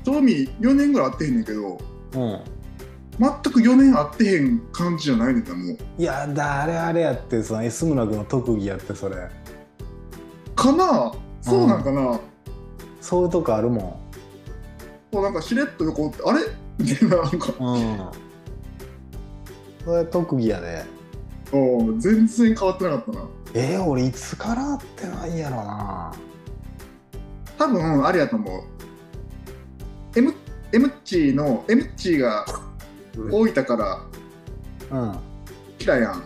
S1: 正味4年ぐらい会ってへんねんけど
S3: うん
S1: 全く4年会ってへん感じじゃないねんだもう。
S3: いやだあれあれやってさ江村君の特技やってそれ
S1: かなそうなんかな、
S3: そういうとこあるも
S1: こうなんかしれっと横ってあれみたいななんか
S3: んうんそれ特技やで
S1: うん全然変わってなかったな。
S3: えー、俺いつから会ってないやろな
S1: 多分あれやと思う M, M っちの M っちが
S2: うん
S1: 大分から
S3: うんはい
S1: 来たやん
S3: はい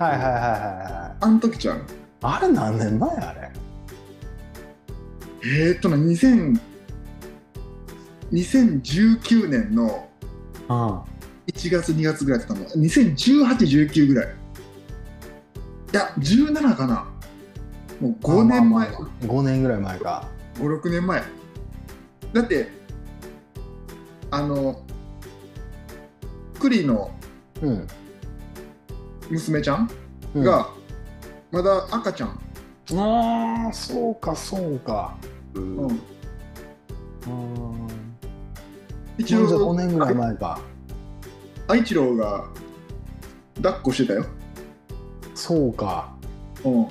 S3: はいはいはい
S1: あん時ちゃん
S3: あれ何年前あれ
S1: えー、っとな2000 2019年の
S3: うん。
S1: 1月2月ぐらいだったの201819ぐらいいや17かなもう5年前
S3: 5年ぐらい前か。
S1: 56年前だってあの栗の
S3: うん。
S1: 娘ちゃん
S3: うん、あ
S1: が、まだ赤ちゃん、
S3: あ、そうか、そうか。
S2: うん
S3: うん。
S1: 一
S3: 45
S1: 応
S3: 年ぐらい前か。
S1: 愛知郎が抱っこしてたよ、
S3: そうか。
S1: うん、
S3: はい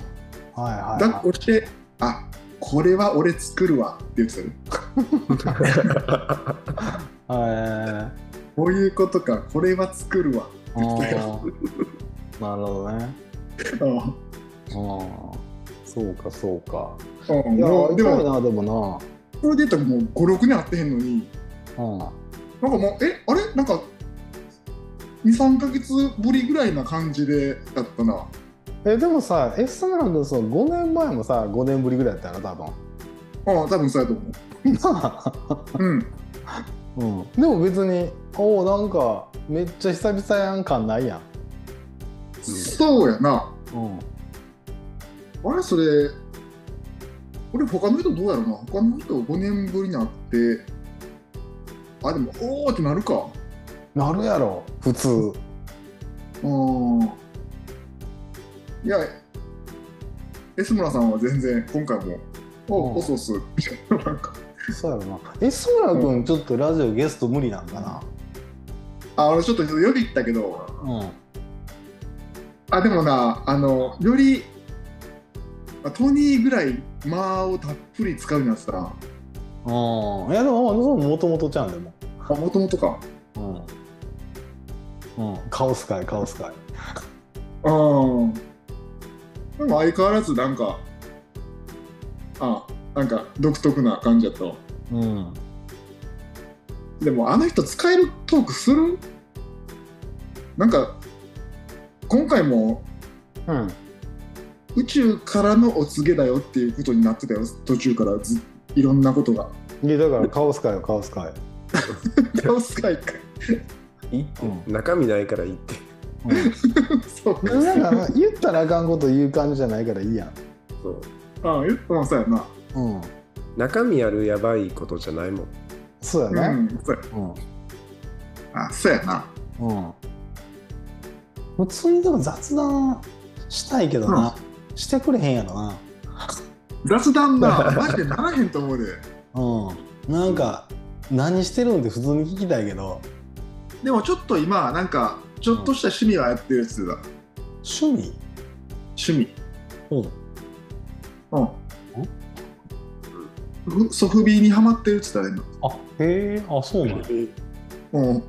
S3: はい、
S1: 抱っ
S3: は
S1: こしてあこれは俺作るわって言ってたよ
S3: い。え
S1: こういうことかこれは作るわ
S3: ー、あーなるほどね。
S1: うん
S3: うん。そうか、そうか。
S1: うん
S3: いや、
S1: もうで
S3: 痛い
S1: も
S3: な、でも
S1: それで言ったらもう56年会ってへんのに
S3: な。うん。
S1: なんかもうえあれなんか23か月ぶりぐらいな感じでだったな
S3: え、でもさ、エス村君、その5年前もさ、5年ぶりぐらいやったよな、多分。
S1: うん多分そうやと思
S3: なあ
S1: ううん
S3: うん、でも別におおなんかめっちゃ久々やん感ないやん、
S1: そうやな
S3: うん、
S1: あれそれ俺他の人どうやろうな他の人5年ぶりに会ってあでもおおってなるか
S3: なるやろ普通
S1: うんいや安村さんは全然今回も
S3: う
S1: お
S3: ん
S1: おそうっすみたいななんか
S3: そうやろなえ磯村君、ちょっとラジオゲスト無理なんかな
S1: あ俺ちょっと呼び行ったけど
S3: うん
S1: あでもなあのよりあトニーぐらい間をたっぷり使うなったら
S3: うんいやでももともとちゃうんでも
S1: あもともとか
S3: うん、うん、カオス会カオス会
S1: うん。でも相変わらずなんか、あ、なんか独特な感じやったわ
S3: うん
S1: でもあの人使えるトークするなんか、今回も
S3: うん。
S1: 宇宙からのお告げだよっていうことになってたよ途中からずいろんなことが。
S3: いやだからカオスかよ、カオスかよ。
S1: カオス界か
S3: い
S2: 中身ないからいいって。
S1: そうか
S3: うん、なんか言ったらあかんこと言う感じじゃないからいいやん。
S2: そう
S1: ああよくまあそうやな。
S3: うん。
S2: 中身あるやばいことじゃないもん。
S3: そうや
S1: う
S3: な。
S1: ん、そう
S3: うん。
S1: やあそうやな。
S3: うん。もうついでも雑談したいけどな。してくれへんやろな。
S1: 雑談 な、マジでならへんと思うで。
S3: うん。なんか、何してるんって普通に聞きたいけど、
S1: でもちょっと今、なんか、ちょっとした趣味はやってるやつだ。
S3: 趣味
S1: 趣味。
S3: うん。
S1: うん。ふソフビにハマってるっつったら今。
S5: あへえあそうなんや
S1: うん。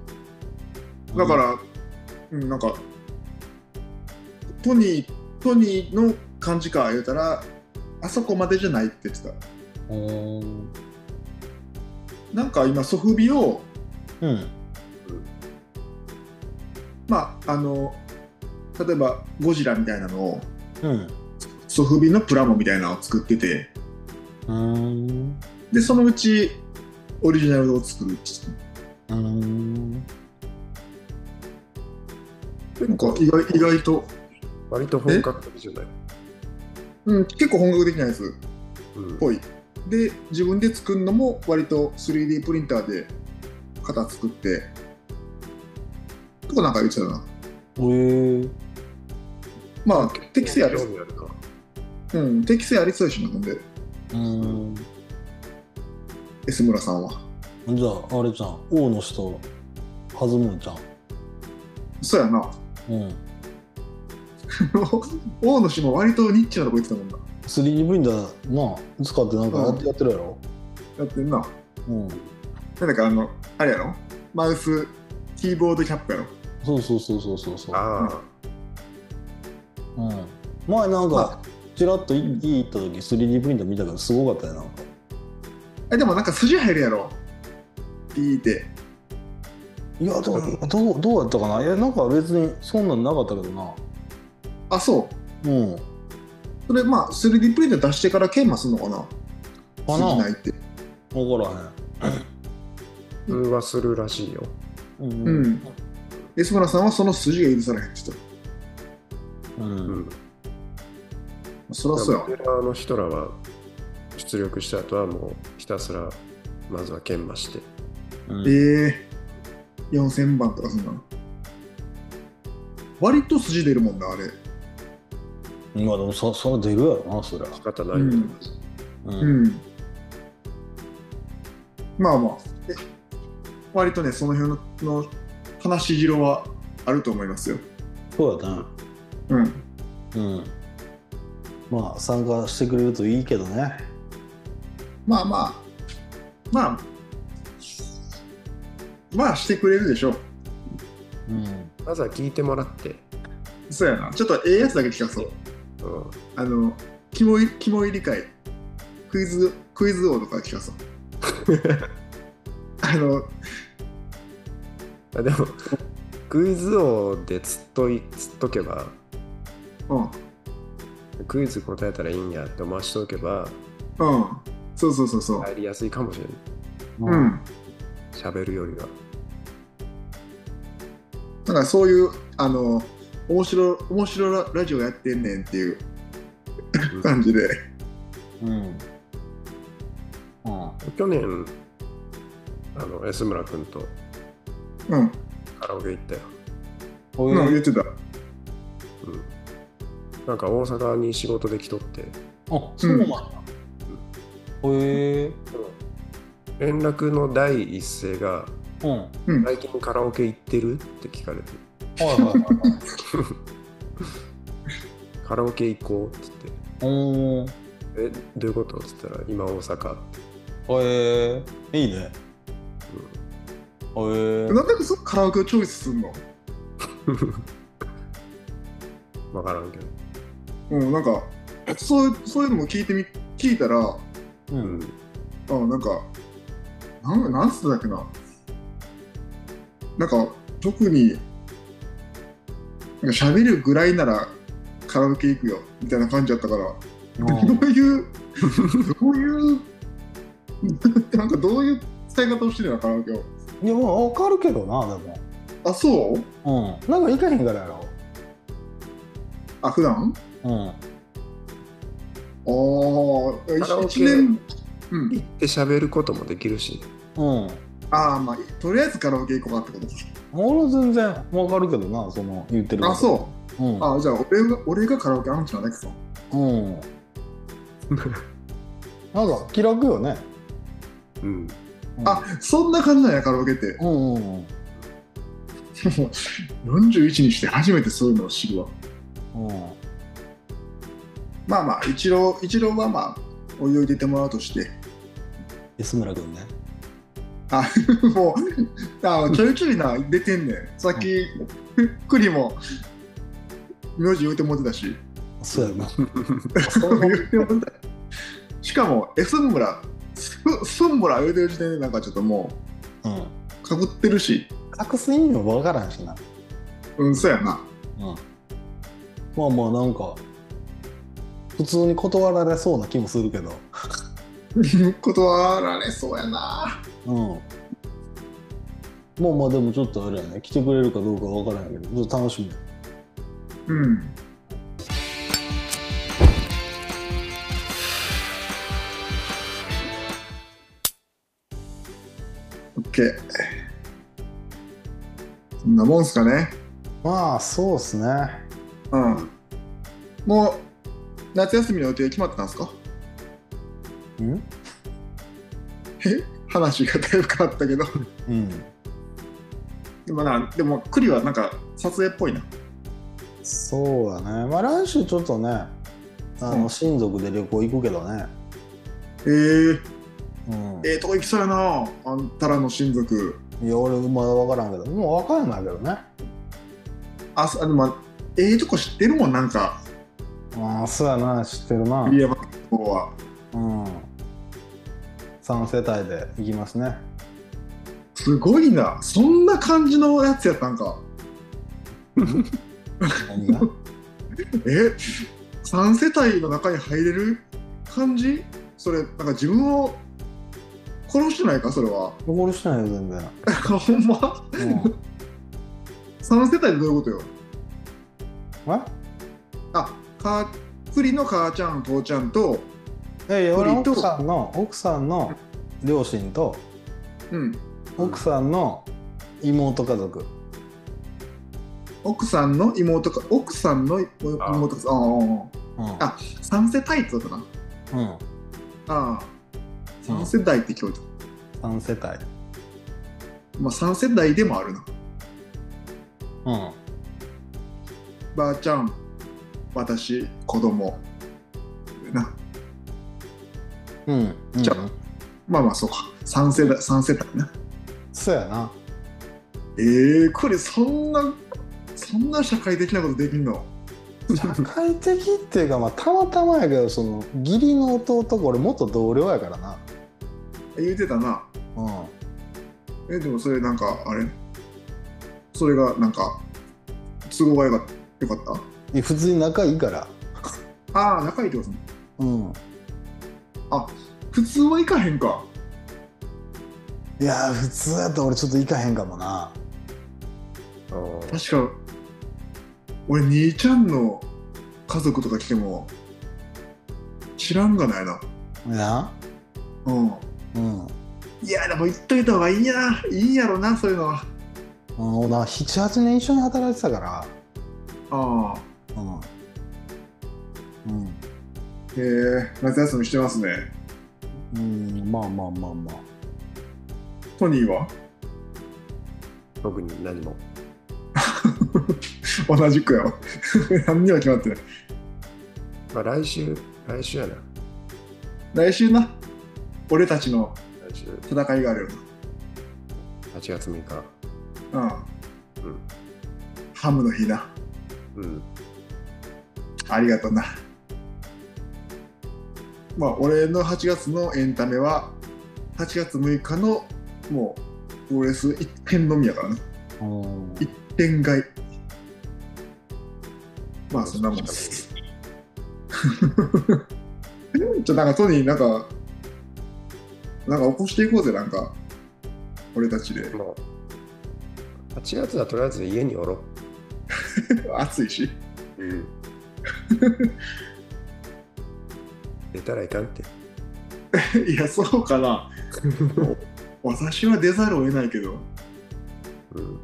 S1: だから、うん、なんか、トニー、トニーの感じか言うたら、あそこまでじゃないって言ってた。
S5: おー
S1: なんか今、ソフビを、
S3: うん。
S1: まあ、あの、例えばゴジラみたいなのを、
S3: うん。
S1: ソフビのプラモみたいなのを作ってて、
S3: うん。
S1: で、そのうちオリジナルを作るっつって
S3: うん。
S1: なんか意外意外と、
S2: 割と本格的じゃない。
S1: うん、結構本格的なやつ
S2: うん
S1: っ。ぽい。で、自分で作るのも割と 3D プリンターで型作って、とかなんか言ってたな。
S3: えー、
S1: まあ、適性あり
S2: 興、味あるな。
S1: うん、適性ありそうやしな、ほんで、
S3: うん。
S1: S 村さんは。
S3: じゃあ、あれじゃん。王の人、弾むんじゃん。
S1: そうやな。
S3: うん。
S1: 王の島割とニッチなとこ行ってたもんな。
S3: 3D プリンターなあ使ってなんかやってやってるやろ、
S1: やってんな。
S3: うん、
S1: なんだかあの、あれやろマウス、キーボードキャップやろ
S3: そうそうそうそうそうそう、
S2: ああ、
S3: うん、前なん
S1: ま
S3: かちらっとい行った時 3D プリンター見たけどすごかったよなんか
S1: え、でもなんか筋入るやろピーって。
S3: いやでもどうどうやったかないやなんか別にそんなんなかったけどな
S1: あ、そう。
S3: うん
S1: それまあ 3D プリンター出してから研磨するのかな
S3: か
S1: 筋
S3: な
S1: ないって。
S3: 分から
S2: 通話するらしいよ。
S3: へんうん
S1: うん。安村さんはその筋が許されへん人。
S3: うん
S2: うん。
S1: そりゃそうやわ
S2: ベ。テランの人らは出力した後はもうひたすらまずは研磨して。
S3: うん
S1: ええー。4000番とかそんなの。割と筋出るもんな、あれ。
S3: まあでもそそれ出るやろなそりゃ
S2: 仕方ないよ、
S1: うん
S3: う
S1: うんん。まあまあ。え割とね、その辺のの話し色はあると思いますよ。
S3: そうやな
S1: うん。
S3: うんまあ参加してくれるといいけどね
S1: まあまあ。まあ。まあしてくれるでしょう。
S3: うん
S2: まずは聞いてもらって。
S1: そうやな。ちょっとええやつだけ聞かそう。
S2: うん。
S1: あの、肝い肝入り会、クイズ、クイズ王とか聞か そう。あの、
S2: あで も、クイズ王でつっとい、つっとけば、
S1: う
S2: クイズ答えたらいいんやって思わしておけば、
S1: ん、うん。そうそうそうそう。
S2: 入りやすいかもしれない。
S1: うん。
S2: 喋るよりは。
S1: だからそういう、あの、面白、面白ララジオやってんねんっていう
S2: うん
S1: 感じで。
S3: うんうん
S2: 去年、あの、安村君と
S1: うん。
S2: カラオケ行ったよ。
S3: お
S1: うん、
S3: い
S1: 言ってた。
S2: うん。なんか大阪に仕事で来とって、
S5: あ
S3: そうなんや。へえ。
S2: 連絡の第一声が、
S5: うんはい
S1: うん。
S2: 最近カラオケ行ってるって聞かれて、
S5: はい はいはい
S2: カラオケ行こうって
S5: おー
S2: 言って、え、どういうことって言ったら、今大阪って。
S3: へえ。いいね。へえ。
S1: なんでそカラオケをチョイスすんの
S2: うん。 わからんけど。
S1: うん、なんか、そういう、そういうのも聞いてみ、聞いたら、
S3: う
S2: うん
S3: ん。。
S1: あなんか、なんなんつってたっけな。なんか、特に、なんか喋るぐらいならカラオケ行くよみたいな感じだったから、どういう、どういう、 なんかどういう伝え方をしてるのカラオケを。
S3: いや、まあ、わかるけどな、で
S1: あ、そう
S3: も。うん。なんか行かへんからやろ。
S1: あ、普段
S3: うん。
S1: ああ、
S2: カラオケ
S1: 一年、うん。
S2: 行って喋ることもできるし、
S3: うん。
S1: ああ、まあ、とりあえずカラオケ行こうかってことか。
S3: 俺は全然わかるけどな、その言ってること。
S1: あ、そう
S3: うん
S1: う。。あじゃあ俺が、俺がカラオケアンチなだけか。
S3: うん。なんか気楽よね。
S2: うん、
S3: うん
S1: あ、そんな感じなんや、カラオケって。
S3: うんうんうん。
S1: もう41にして初めてそういうのを知るわ。
S3: うん
S1: まあまあ、一郎、一郎はまあ、お湯を入れてもらうとして、
S6: 安村君ね。
S1: あ、もう、あちょいちょいな、出てんねん。さっき、ふっくりも、名字言うてもってた し、
S6: そう やな。
S1: 言うてもってた。しかも、エスンムラ、ススンムラ言うてる時点で、なんかちょっとも
S3: うん。
S1: う、かぶってるし、
S3: 隠す意味もわからんしな。
S1: うん、そうやな。
S3: まあまあなんか普通に断られそうな気もするけど。
S1: 断られそうやな。
S3: うん。まあまあでもちょっとあれやね来てくれるかどうかわからんけどちょっと楽しみ。
S1: うん。オッケー。そんなもんすかね。
S3: まあそうっすね。
S1: うん。もう夏休みの予定決まったんですか？
S3: うん？
S1: え？話がだいぶ変わったけど、
S3: うん。
S1: でもな、でも栗はなんか撮影っぽいな。
S3: そうだね。まあ来週ちょっとねあの、
S1: うん
S3: 親族で旅行行くけどね。
S1: えー、
S3: うん。
S1: ええとこ行きそうやな。あんたらの親族。
S3: いや俺まだわからんけどもうわからんないけどね。
S1: あ、そあでもええとこ知ってるもんなんか。
S3: ああそうやな知ってるな。
S1: 栗山高校は。
S3: うん。三世帯で行きます ね。
S1: すごいな。そんな感じのやつやったんか。
S3: 何が
S1: え、三世帯の中に入れる感じ？それなんか自分を殺してないかそれは。
S3: 残るしてないよ全然。
S1: ほんま。
S3: うん
S1: 三世帯ってどういうことよ
S3: え
S1: あか栗の母ちゃん父ちゃんと
S3: ええ、俺
S1: 栗と
S3: 奥さんの奥さんの両親と
S1: うん
S3: 奥さんの妹家族
S1: 奥さんの妹か奥さんの妹か
S2: あ
S1: ああ
S3: うん
S1: あ三世帯ってことかな
S3: うん
S1: ああ三世代って聞こえた、
S3: 3世帯
S1: まあ三世代でもあるな
S3: うん
S1: ばあちゃん私子供な
S3: うんうん
S1: じゃあまあまあそうか三世代三世帯な
S3: そうやな
S1: えー、これそんなそんな社会的なことできんの
S3: 社会的っていうかまあたまたまやけどその義理の弟が俺元同僚やからな
S1: 言うてたな
S3: うん
S1: えでもそれなんかあれそれがなんか都合がよかったよかっ
S3: いや普通に仲いいから
S1: たああ仲いいってことね
S3: うん
S1: 普通は行かへんか
S3: いやー普通やと俺ちょっと行かへんかもな
S2: あー
S1: 確か俺兄ちゃんの家族とか来ても知らんがないな
S3: な
S1: うん
S3: うん
S1: いやでも行っといた方がいいやいいんやろなそういうのは
S3: うん俺な78年一緒に働いてたから
S1: ああ
S3: うんうん
S1: へえ夏休みしてますね
S3: うん、まあまあまあまあ。
S1: トニーは
S2: 特に何も。
S1: 同じくやろ 何には決まってない
S2: まあ、来週、来週やな。
S1: 来週な俺たちの
S2: 来週、
S1: 戦いがあるよ
S2: 8月6日。
S1: うん
S2: ん
S1: ハムの日な。
S2: うん。
S1: ありがとうな。まあ、俺の8月のエンタメは、8月6日のもう、プロレス一点のみやからな。
S3: うん、
S1: 一点買い。まあそんなもんです ちょなんかトニーなんかなんか起こしていこうぜなんか俺たちで
S2: もう、8月はとりあえず家におろ
S1: 暑いし
S2: う。うん。出たらいかんって。
S1: いやそうかな 私は出ざるを得ないけど
S2: うん。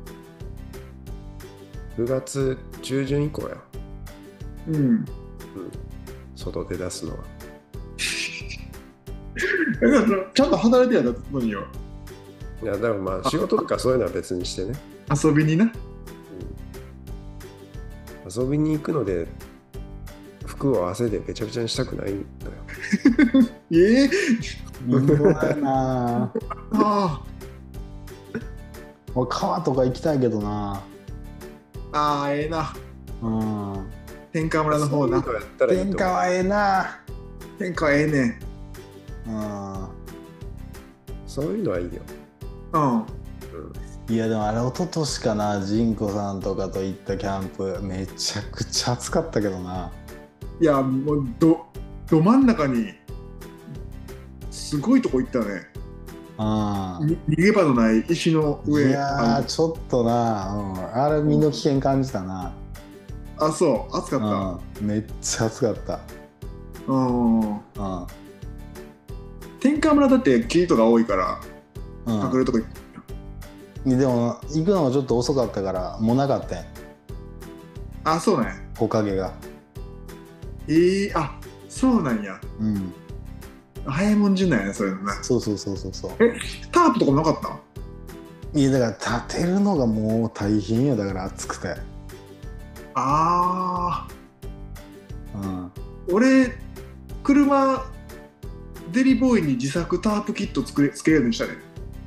S2: 9月中旬以降や。
S1: うん
S2: 外で出すのは。
S1: えだからちゃんと働いてやだったのによ
S2: いや、でもまあ仕事とかそういうのは別にしてね。
S1: 遊びにな
S2: 遊びに行くので、服を汗でべちゃべちゃにしたくないんだよ。
S1: え え
S3: 貧乏やな
S1: あ
S3: 俺川とか行きたいけどな
S1: あああええな
S3: うん
S1: 天下村の方な
S2: そういうのやったらいい
S3: 天
S2: と
S3: 下
S2: 思う
S3: はええな
S1: 天下ええねん
S3: うん
S2: そういうのはいいよ。
S1: うん
S3: いやでもあれ一昨年かなジンコさんとかと行ったキャンプめちゃくちゃ暑かったけどない
S1: やもうどど真ん中にすごいとこ行ったね
S3: うん
S1: に逃げ場のない石の
S3: い
S1: 上
S3: やーちょっとな、うん、あれ身の危険感じたな、
S1: あのあそう暑かっ
S3: うん、めっちゃ暑かった
S1: たうん
S3: うん
S1: 天下村だって木とか多いから隠れ
S3: う
S1: るとこ行っ
S3: ん、でも行くのがちょっと遅かったからもうなかったん
S1: あそうね
S3: 木陰が
S1: ええあそうなんや
S3: うん
S1: 早いもんじゅないねそういうのな
S3: そうそうそうそうそう
S1: タープとかもなかった
S3: いやだから立てるのがもう大変よだから暑くて
S1: ああ
S3: うん
S1: 俺車デリボーイに自作タープキット作れつけるようにしたね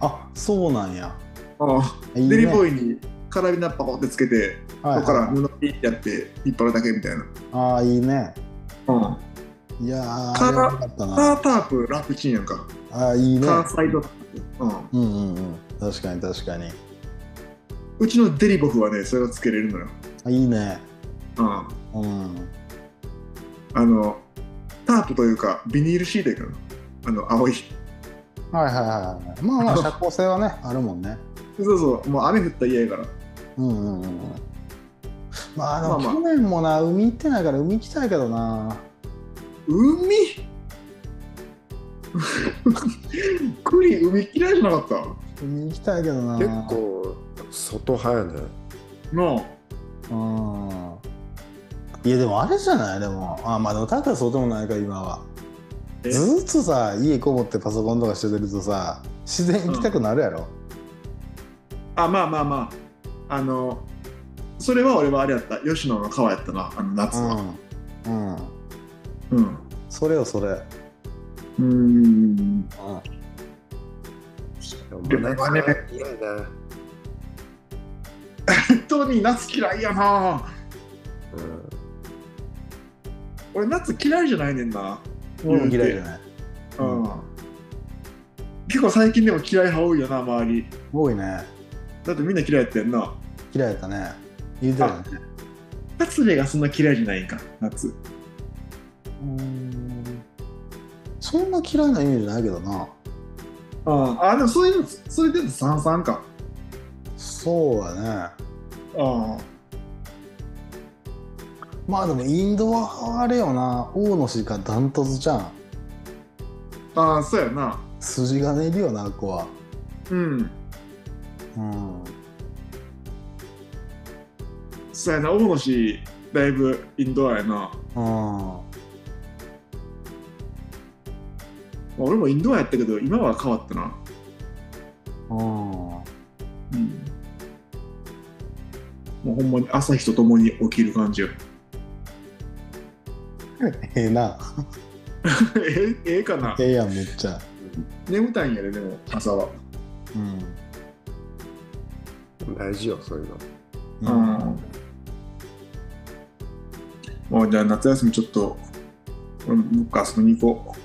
S3: あそうなんや
S1: ああ
S3: いい
S1: デリボ
S3: イ
S1: ーイにカラビナパコってつけて
S3: は
S1: だ
S3: い
S1: から
S3: はい、
S1: 布ピッてやって引っ張るだけみたいな。
S3: ああいいね
S1: うん。
S3: いやー
S1: カー
S3: あれはよかった
S1: カ
S3: な
S1: ータープ楽ちんやんか。
S3: ああいいね
S1: カーサイドタープ。うん。
S3: うんうんうん確かに確かに
S1: うちのデリボフはね、それをつけれるのよ。
S3: あいいね
S1: うん。
S3: うん
S1: あの、タープというか、ビニールシートやけど、あの、青い。
S3: はいはいはいはいまあ まあ社交性はねあるもんね
S1: そうそう、もう雨降ったら嫌やから。
S3: うんうんうんうんまあで
S1: まあ
S3: も
S1: まあ
S3: 去年もな海行ってないから海行きたいけどな
S1: 海 栗、海嫌いじゃなかった
S3: 海行きたいけどな
S2: 結構、外派やね。
S1: の
S3: うんいやでもあれじゃないでもあまあでもただそうでもないか今は
S1: え
S3: ずっとさ家こもってパソコンとかしてるとさ自然行きたくなるやろ、
S1: あ、まあまあまあ。あの、それは俺はあれやった。吉野の川やったな、あの夏は。
S3: うん、うん、
S1: うん。
S3: それよそれ、うん、
S1: うん。でも
S2: まあ
S1: ね
S2: 嫌やな。
S1: トニー夏嫌いやな
S2: うん
S1: 俺夏嫌いじゃないねんな
S3: 俺も嫌いじゃない
S1: うん、結構最近でも嫌い派多いよな周り
S3: 多いね
S1: だってみんな嫌いやってんな
S3: 嫌いだね言うてるよね
S1: 夏目がそんな嫌いじゃないんか夏
S3: うんそんな嫌いなイメージないけどな
S1: うんあでもそういうのそれで三々か
S3: そうだね
S1: うん
S3: まあでもインドはあれよな王の氏がダントツじゃん
S1: ああそうやな
S3: 筋金いるよなあこは
S1: うん
S3: うん
S1: そうやな大野氏だいぶインドアやな
S3: うん
S1: 俺もインドアやったけど今は変わったな
S3: うん
S1: うんもうほんまに朝日とともに起きる感じよ
S3: ええな
S1: ええええかな
S3: ええやんめっちゃ
S1: 眠たいんやででも朝は
S3: うん、
S2: 大事よ、そういうの。
S3: うん
S1: もうじゃあ夏休みちょっと、うん、僕遊びに行こう。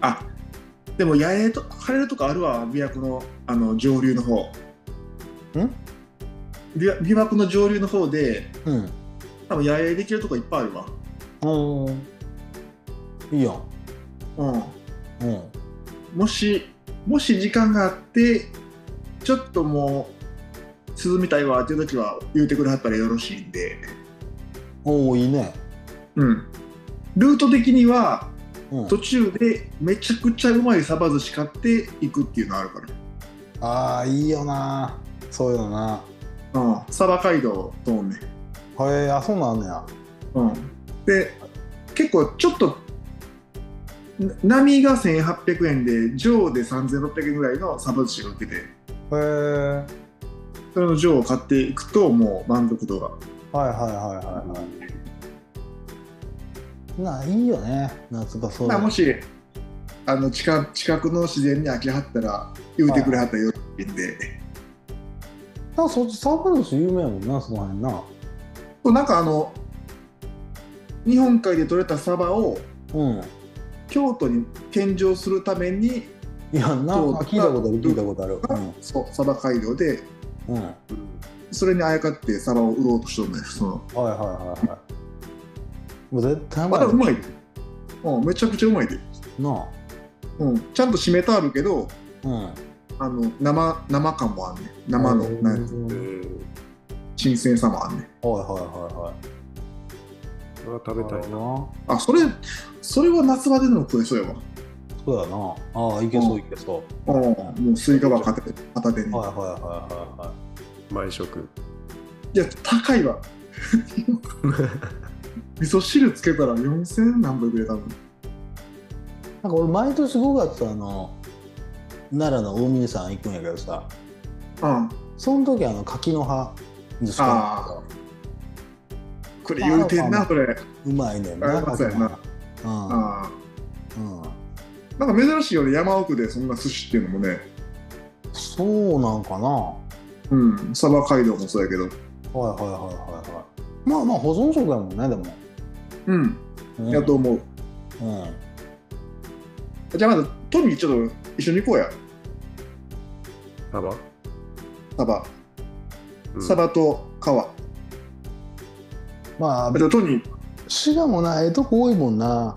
S1: あでも八重と晴れるとかあるわ、琵琶湖のあの上流の方。
S3: ん
S1: 琵琶琵琶湖の上流の方で、
S3: うん
S1: 多分野営できるとこいっぱいあるわ
S5: うん。
S3: いいやん。
S1: うん
S3: うん。
S1: もしもし時間があってちょっともう涼みたいわっていう時は言うてくれはったらよろしいんで、
S3: おお、いいね。
S1: うん、ルート的には
S3: うん。
S1: 途中でめちゃくちゃうまいサバ寿司買っていくっていうのあるか
S5: ああ、いいよな。そういうのな。
S1: ら、うん、サバ街道通んね
S5: へえ、あ、そうなんねや。
S1: うん、で結構ちょっとな波が1800円で上で3600円ぐらいのサバ寿司が売ってて
S5: へえ。はい
S1: それの上を買っていくともう満足度が
S5: はいはいはいはい。なあ、いいよね。
S3: 夏場そう
S1: ま
S3: だ
S1: あ、もしあの近近くの自然に飽きはったら言うてくれはったらよいんで、
S5: なんかそっちサーバー寿司有名やもんな、その辺な。
S1: そうなんかあの日本海で取れたサバを
S5: うん。
S1: 京都に献上するために
S5: いや、なんか
S1: そう
S5: 聞いたことある、聞いたことある。
S1: そうサバ街道で
S5: うん。うん。はい
S1: それにあやかってサバを売ろうとしてるんですその
S5: はいはいはい。もう絶対う
S1: ま
S5: まい
S1: だ
S5: よ
S1: うまいで、うん、めちゃくちゃうまいで、
S5: な
S1: うん、ちゃんと締めたあるけど
S5: あ。うん。
S1: あの生生感もあんね生の
S5: うん
S1: な
S5: は
S1: ん
S5: い
S1: や
S2: うん。
S1: 新鮮さもあんね
S5: はいはいはい。
S2: これは食べたいな。
S5: な。
S1: あそれそれは夏場ででも食えそうやわ
S5: そうやな。ああ、いけそういけそう。
S1: うんもうスイカば片手片手に、
S5: はいはいはいはいはい。
S2: 毎食。
S1: いや高いわ 味噌汁つけたら4000何本ぐらい多分
S3: なんか俺、毎年5月、あの、奈良の大峰山行くんやけどさ、
S1: うん
S3: その時、あの、柿の葉寿司買うんや
S1: こ
S3: け
S1: れ言うてん
S3: ま
S1: な
S3: あ
S1: これ
S3: どうまいねん
S1: あそうやな。
S3: 柿の葉
S1: あ
S3: うん。うん。
S1: ーなんか珍しいよね山奥でそんな寿司っていうのもね
S3: そうなんかな。は
S1: うんサバ街道もそうやけど
S3: いはいはいはいは
S5: まあまあ保存食やもんね、でも。
S1: うん
S3: い。
S1: やと思う、
S3: うん。うん
S1: じゃあまずトミーちょっと一緒に行こうや
S2: サバ、
S1: サバ
S2: うん、
S1: サバと川、
S5: まあ
S1: あ、でもトニー
S5: 滋賀もな、ええとこ多いもんな。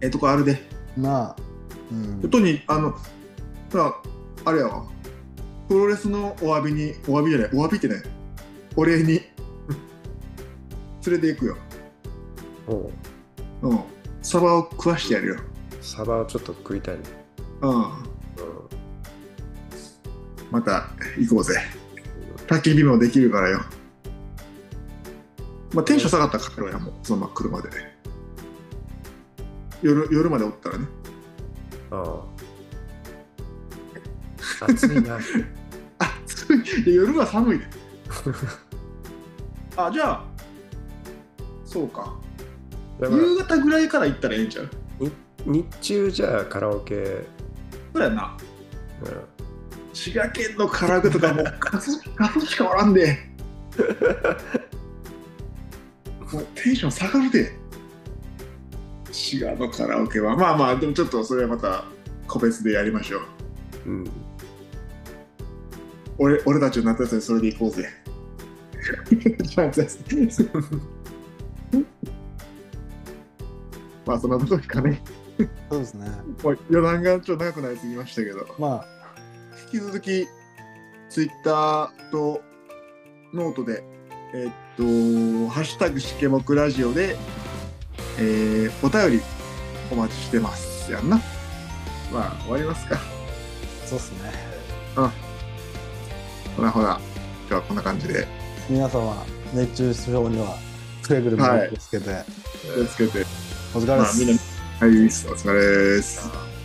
S1: ええとこあるで
S5: なあ。うん。
S1: トニーあのほらあれやわプロレスのお詫びにお詫びじゃないお詫びってねお礼に連れて行くよ
S2: おう
S1: うんサバを食わしてやるよ
S2: サバはちょっと食いたいね。
S1: うん
S2: う
S1: また行こうぜ焚き火もできるからよまあテンション下がったら帰ろうやもうそのまま車で夜夜までおったらね
S2: ん。ああ。暑い な。
S1: あついや 夜は寒いであじゃあそうか
S2: だから
S1: 夕方ぐらいから行ったらええんちゃう
S2: 日中じゃあカラオケ、うん、
S1: そうやな滋賀県の唐揚げとかもうカスカスしかおらんでもうテンション下がるで滋賀のカラオケはまあまあでもちょっとそれはまた個別でやりましょう
S2: うん、
S1: 俺俺たちの夏休みそれで行こうぜ 夏休みまあそんなときかね
S5: そうですね。
S1: もう余談がちょっと長くなりすぎましたけど
S5: まあ、
S1: 引き続き、ツイッターとノートで、えっと、ハッシュタグしけもくラジオで、えーお便りお待ちしてます。やんな。まあ、終わりますか。
S5: そうっすね。
S1: ほらほら、今日はこんな感じで、
S5: 皆様、熱中症にはくれぐれも気をつけて、
S1: 気をつけて、
S5: お疲れ様です。
S1: はい、お疲れです。